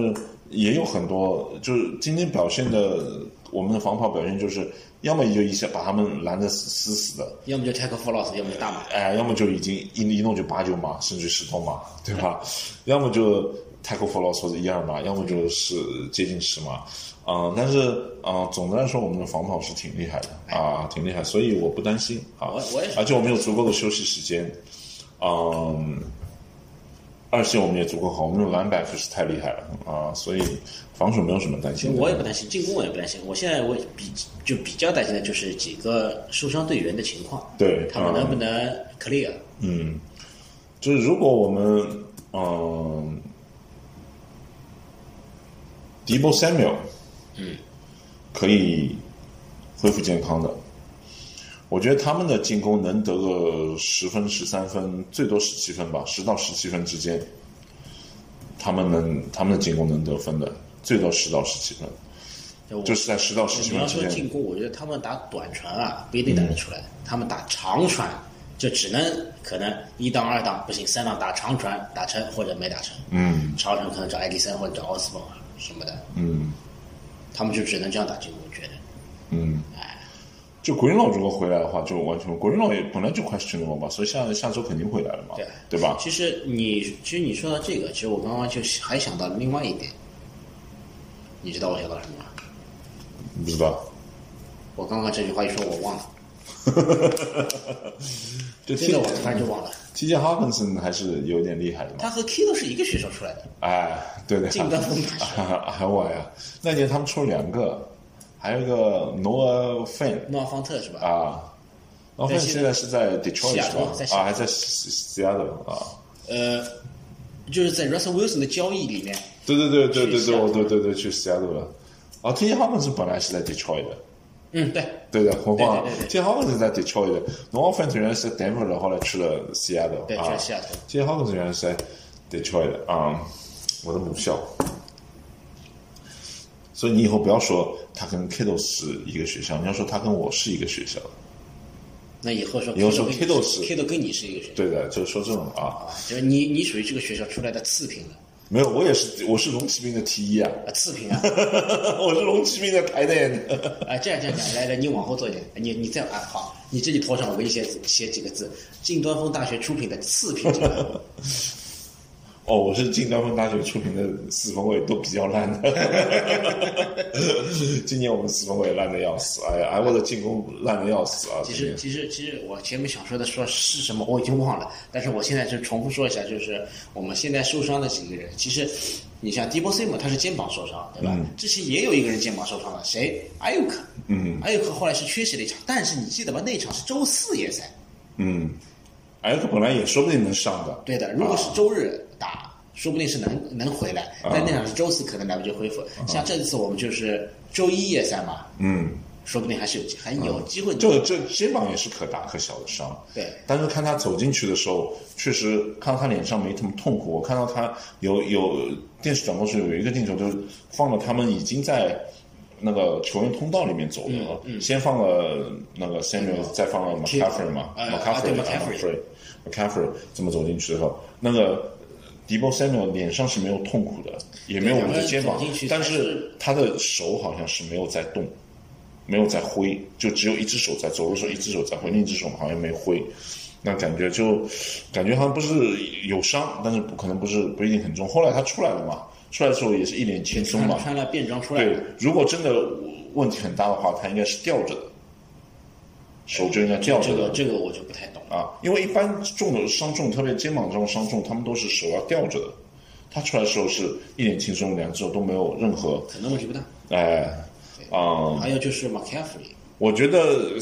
也有很多就是今天表现的我们的防跑表现就是，要么就一下把他们拦得死死死的，
要么就 tackle for loss，要么就大码。
哎，要么就已经一一弄就八九码，甚至十多码，对 吧？要么就 tackle for loss 或者一二码，要么就是接近十码。嗯、但是嗯、呃总的来说，我们的防跑是挺厉害的啊，挺厉害，所以我不担心啊。
我我也是
而且我们有足够的休息时间，嗯，二线我们也足够好，我们的篮板可是太厉害了啊，所以防守没有什么担心的。
我也不担心，进攻我也不担心。我现在我比就比较担心的就是几个受伤队员的情况，
对
他们能不
嗯
能 clear？
嗯，就是如果我们嗯、d e b o Samuel，嗯，可以恢复健康的，我觉得他们的进攻能得个十分、十三分，最多十七分吧，十到十七分之间，他们能他们的进攻能得分的，最多十到十七分，
就我
就是在十到十七
你要
分之
说
间。
进
嗯
攻，我觉得他们打短传啊不一定打得出来，他们打长传就只能可能一档二档不行，三档打长传打成或者没打成，
嗯
长传可能找埃迪森或者找奥斯本啊什么的，
嗯
他们就只能这样打进攻，我觉得。
嗯。就 Greenlaw 如果回来的话，就完全 Greenlaw 也本来就 questionable 嘛，所以下下周肯定回来了嘛，
对啊
对吧？
其实你，其实你说到这个，其实我刚刚就还想到了另外一点，你知道我想到什么吗？
不知道，
我刚刚这句话一说，我忘了，
就 T
真的我突然就忘了。
T J Hawkinson 还是有点厉害的嘛，
他和 Kido 是一个学校出来的，
哎，对的，
进端锋大师
啊，还有我呀，那年他们出了两个，还有一个 Noah Fan
诺尔方特是吧？
啊，Noah Fan 现在是在 Detroit
西雅
是
图在西雅图
吧？啊，还在西西雅图啊，
呃，就是在 Russell Wilson 的交易里面，
对对对对
去
对
西
对，
雅图
我对对对去西雅图了，啊，T J Hawkinson 本来是在 Detroit 的。
嗯，对，
对的，红花
对对对对
T. Hawkins 在 Detroit 的，Norfant 原来是在 Denver 的，后来去了西雅图。
对去
啊
了西雅图
T. Hawkins 原来是在 Detroit 的啊、我的母校。所以你以后不要说他跟 Kido 是一个学校，你要说他跟我是一个学校。
那以后说
以后说 Kido
Kido
是
Kido 跟你是一个学校，
对的，就是说这种啊，
就是你你属于这个学校出来的次 品了
没有，我也是，我是龙骑兵的 T 一啊，
啊，次品啊，
我是龙骑兵的排练。
啊，这样这样讲，来来，你往后坐一点，你你这样啊，好，你自己头上我给你写写几个字，近端锋大学出品的次品球员，
哦，我是近端锋大学出品的四分卫都比较烂的， 今年我们四分卫烂的要死，哎呀，哎，我的进攻烂的要死啊！
其
今
实
年
其实其实我前面想说的说是什么我已经忘了，但是我现在就重复说一下，就是我们现在受伤的几个人，其实你像 d e b o s i m 他是肩膀受伤，对吧？之前也有一个人肩膀受伤了，谁？艾尤克，
嗯，
艾尤克后来是缺席了一场，但是你记得吗？那场是周四也赛，
嗯，艾克本来也说不定能上的，
对的，如果是
啊
周日打，说不定是能能回来，但那场是周四，可能来不及恢复。像这次我们就是周一夜赛嘛，
啊嗯，啊
说不定还是有还有机会。
这这肩膀也是可大可小的伤，
对
但是看他走进去的时候，确实看到他脸上没什么痛苦，我看到他有有电视转播时有一个镜头，就是放了他们已经在。那个球员通道里面走的，
嗯
先放了那个 Samuel，、再放了 McCaffrey 嘛
呃
，McCaffrey
嗯啊对
McCaffrey McCaffrey 怎么走进去的时候，那个 Debo Samuel 脸上是没有痛苦的，也没有我们的肩膀
两个人走进去，
但
才
是
是
他的手好像是没有在动，没有在挥，就只有一只手在走的时候，一只手在挥，另一只手好像没挥。那感觉就，感觉好像不是有伤，但是不可能不是不一定很重。后来他出来了嘛，出来的时候也是一脸轻松
穿
嘛。
穿了便装嗯出来
对，如果真的问题很大的话，他应该是吊着的，手就应该吊着
这
的。
个这个我就不太懂了。
啊，因为一般重的伤重，特别肩膀这种伤重，他们都是手要吊着的。他出来的时候是一脸轻松，两只手都没有任何，
可能问题不大。
哎，啊、
还有就是 McCaffrey，
我觉得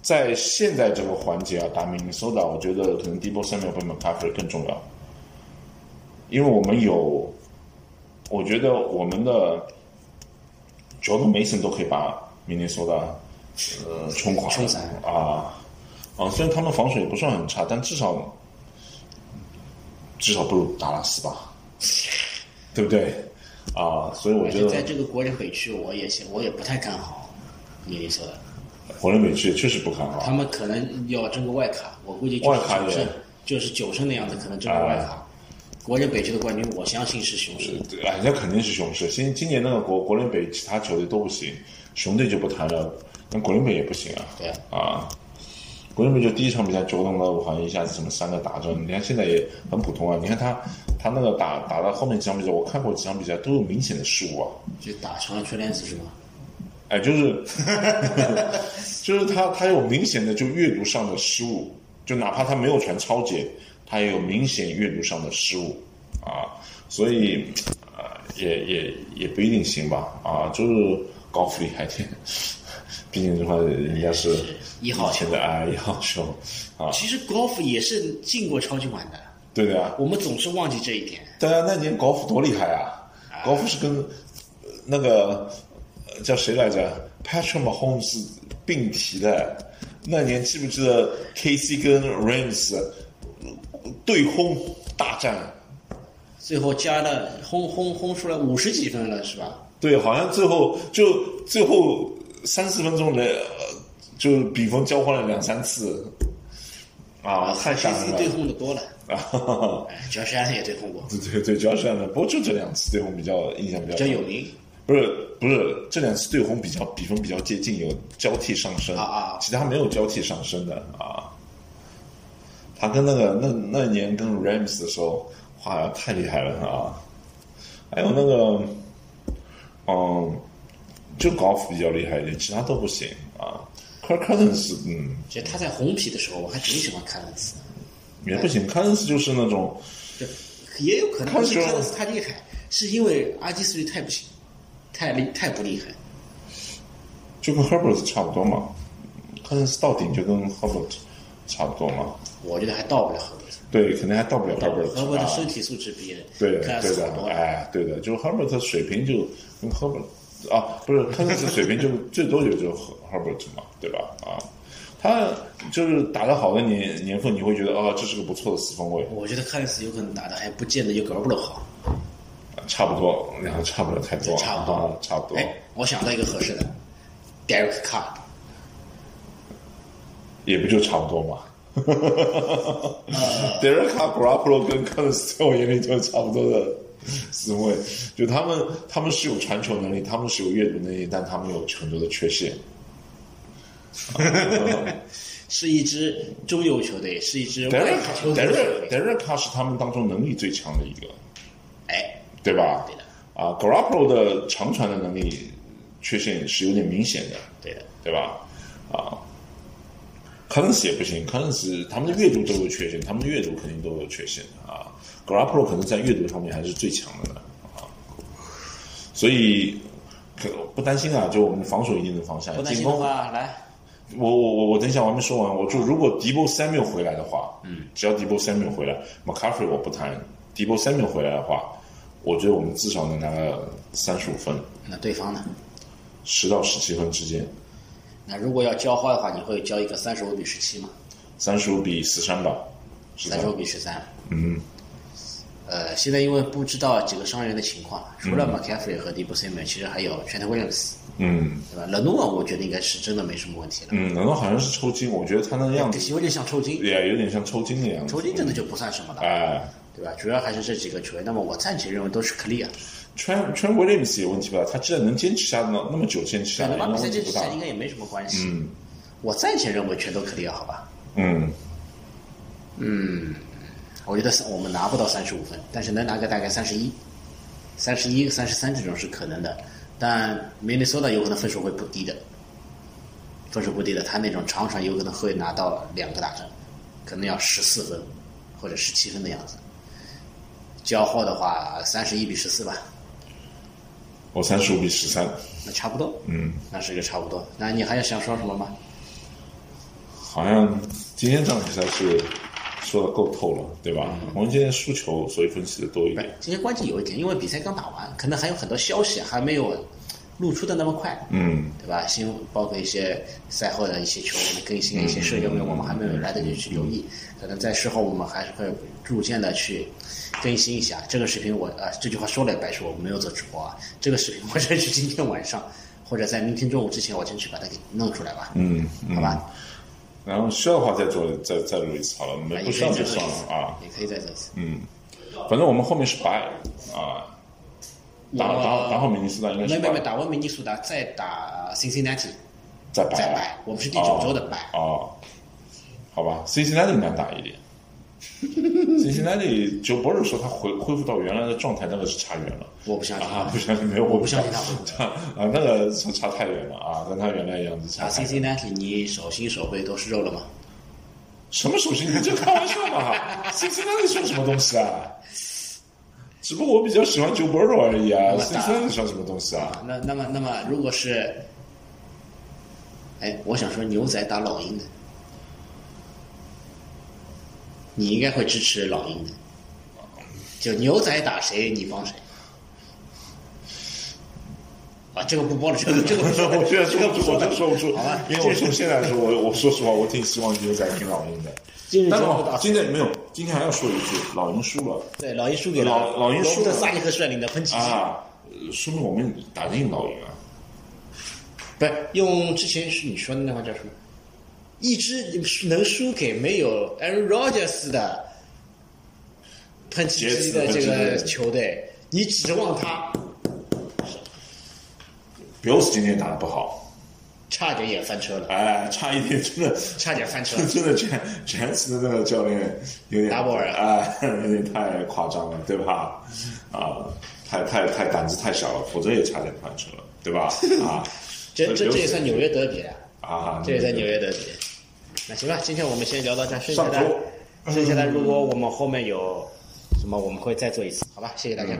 在现在这个环节啊，打明尼苏达，我觉得可能 d e b o Samuel 和 McCaffrey 更重要，因为我们有，我觉得我们的 Jordan Mason 都可以把明尼苏达呃冲垮
冲散
啊啊！虽然他们防守也不算很差，但至少至少不如达拉斯吧，对不对？啊，所以我觉得
哎在这个国内委区，我也想我也不太看好明尼苏达。
国内委区确实不看好，
他们可能要争个外卡，我估计就
外
是
卡
九
也哎
胜，就是九胜的样子，可能争个外卡。国联北区的冠军，我相信是雄狮。
对哎，那肯定是雄狮。今今年那个国国联北其他球队都不行，熊队就不谈了，那国联北也不行啊。
对
啊，国联北就第一场比赛折腾了，我好像一下子什么三个打中，你看现在也很普通啊。你看他他那个打打到后面几场比赛，我看过几场比赛都有明显的失误啊。
就打成了缺链子是吗？
哎，就是 就是他他有明显的就阅读上的失误，就哪怕他没有传超解，他也有明显阅读上的失误啊，所以啊、也也也不一定行吧啊，就是高福利还挺，毕竟的话人家是
一号球
现在啊一号球啊，
其实 golf 也是进过超级碗的，
对的啊，
我们总是忘记这一点。
对啊，那年高福多厉害啊，高福是跟呃那个呃叫谁来着，Patrick Mahomes 并提的。那年记不记得 KC 跟 Rams 呃对轰大战？
最后加了轰轰轰出来五十几分了是吧？
对，好像最后就最后三四分钟的，呃就比分交换了两三次，啊，太吓人
斯
了
对轰的多 了，
啊！
哎，主要是安也对轰过，
对对对，主要是这样的。不过就这两次对轰比较印象比
比
较
较
深
有名。
不是不是，这两次对红比较比分比较接近，有交替上升
啊啊
其他没有交替上升的啊。他跟那个那那年跟 Rams 的时候，哇，太厉害了啊！还有那个，嗯，就高尔夫比较厉害一点，其他都不行啊。Kirk Cousins，嗯，
就他在红皮的时候，我还挺喜欢看恩斯，
也不行。Cousins 就是那种，
就也有可能不是
看
看
球
恩斯太厉害，是因为阿基斯利太不行，太厉太不厉害。
就跟 Herbert 差不多嘛。Cousins 到顶就跟 Herbert 差不多嘛。
我觉得还到不了何伯特，
对，肯定还到不了 Herbert
何伯
啊
特身体素质比
对
克
的，
拉
对
斯
的
好，多了。
哎，对的，就是 Herbert 水平就跟 Herbert 啊，不是他那次水平就 最多也就 Herbert 嘛，对吧？啊，他就是打得好的年年份，你会觉得啊，这是个不错的四分卫，
我觉得克恩斯有可能打的还不见得有格罗布罗好，
差不多，然后差不了太多，
差不多
啊，差不多，
哎，我想到一个合适的，Derek Carr，
也不就差不多嘛。Derek
呃
Carr、Garoppolo 跟 Cousins 在我眼里就是差不多的四分卫，就他们他们是有传球能力，他们是有阅读能力，但他们有很多的缺陷。
是一支中游球队，是一支外卡球队的球
Derek
队。
Derek Carr 是他们当中能力最强的一个，
哎，
对吧？
对的
啊，Garoppolo 的长传的能力缺陷是有点明显的，
对的，
对吧？啊，Cousins 也不行，Cousins 他们的阅读都有缺陷，他们的阅读肯定都有缺陷啊。Garoppolo 可能在阅读方面还是最强的呢啊，所以可不担心啊，就我们防守一定能防下来，
不担
进
心的
攻
话，来，
我我我我等一下，我还没说完。我就如果迪波三缪回来的话，嗯，只要迪波三缪回来 m c c a f r e y 我不谈，迪波三缪回来的话，我觉得我们至少能拿个三十五分，
那对方呢？
十到十七分之间，
那如果要交花的话，你会交一个三十五比十七吗？
三十五比十三吧，是吧
三十五比十三。嗯。呃，现在因为不知道几个伤员的情况，除了 McCaffrey 和 d e b o s i m o n 其实还有 Trent Williams，
嗯
对吧？冷诺我觉得应该是真的没什么问题了，
嗯，然后好像是抽筋，我觉得他那个样子
有点像抽筋，
也有点像抽筋的样子，
抽筋真的就不算什么了，
哎。
对吧？主要还是这几个球员。那么我暂且认为都是 clear，
穿穿 Williams 有问题吧？他既然能坚持下那那么久，坚持下
可
来
能
应
吧，
该
比赛
问题
这
不
几
大
场。应该也没什么关系。嗯，我暂且认为全都 clear，好吧？嗯
嗯，
我觉得是我们拿不到三十五分，但是能拿个大概三十一、三十一、三十三这种是可能的。但明尼苏达有可能分数会不低的，分数不低的，他那种长传有可能会拿到两个大胜，可能要十四分或者十七分的样子。交货的话，三十一比十四吧。
我三十五比十三，
那差不多，
嗯，
那是一个差不多。那你还要想说什么吗？
好像今天这场比赛是说的够透了，对吧？
嗯
我们今天输球，所以分析的多一
不是
点。，
今天关键有一点，因为比赛刚打完，可能还有很多消息还没有露出的那么快，
嗯，
对吧？新闻包括一些赛后的一些球迷更新的一些社交媒体，我们还没有来得及去留意，
嗯
可能在事后我们还是会逐渐的去更新一下这个视频我。啊、这句话说了也白说，我没有做直播啊。这个视频我争取今天晚上或者在明天中午之前，我争取把它给弄出来吧。
嗯，嗯
好吧。
然后需要的话再做，再再录一次好了，没
也可
不
以
需要
再
就
做一
算
次
了啊。
也可以再做一次。
嗯，反正我们后面是白啊，打打打好明尼苏达应该
没
是
没没，
白，
打完明尼苏达再打 Cincinnati，
再白啊
再白我们是第九周的白
哦，好吧，Cincinnati 难 打一点。Cincinnati 九博尔说他恢恢复到原来的状态，那个是差远了。
我不相信
啊，不相信没有，
我不相信他恢复
他 啊，那个是差太远了啊，跟他原来一样子差
打
太远。
Cincinnati，你手心手背都是肉了吗？
什么手心？你这开玩笑吧？Cincinnati 算什么东西啊？只不过我比较喜欢九博尔而已啊
我打
，Cincinnati 算什么东西啊？
那那么那么，如果是，哎，我想说牛仔打老鹰的，你应该会支持老鹰的。就牛仔打谁，你帮谁。啊，这个不播了，这个这个不说了
我 现在说不出，我真说不出
好吧，
因为我从现在说，我我说实话，我挺希望牛仔挺老鹰的。
今日
但
中
是
午
哦
打
今天没有，今天还要说一句，老鹰输了
对老鹰输给了
老老鹰
罗
输
伯特
了
萨利赫率领的喷气机，
啊，呃说明我们打得赢老鹰啊。
不是用之前是你说的那话叫什么？一支能输给没有 Aaron Rodgers 的喷气机的这个球队，你指望他，
Bills 今天打得不好，
差点也翻车了，
哎，差一点，真的，
差点翻车
真。真的全全斯的那个教练有点
达波啊尔，
哎，有点太夸张了，对吧？啊，太太太胆子太小了，否则也差点翻车了，对吧？啊
这这这也算纽约德比啊，
啊，
这也算纽约德比。那行吧，今天我们先聊到这儿，剩下
上
的
周
剩下的如果我们后面有什么，我们会再做一次，好吧？谢谢大家。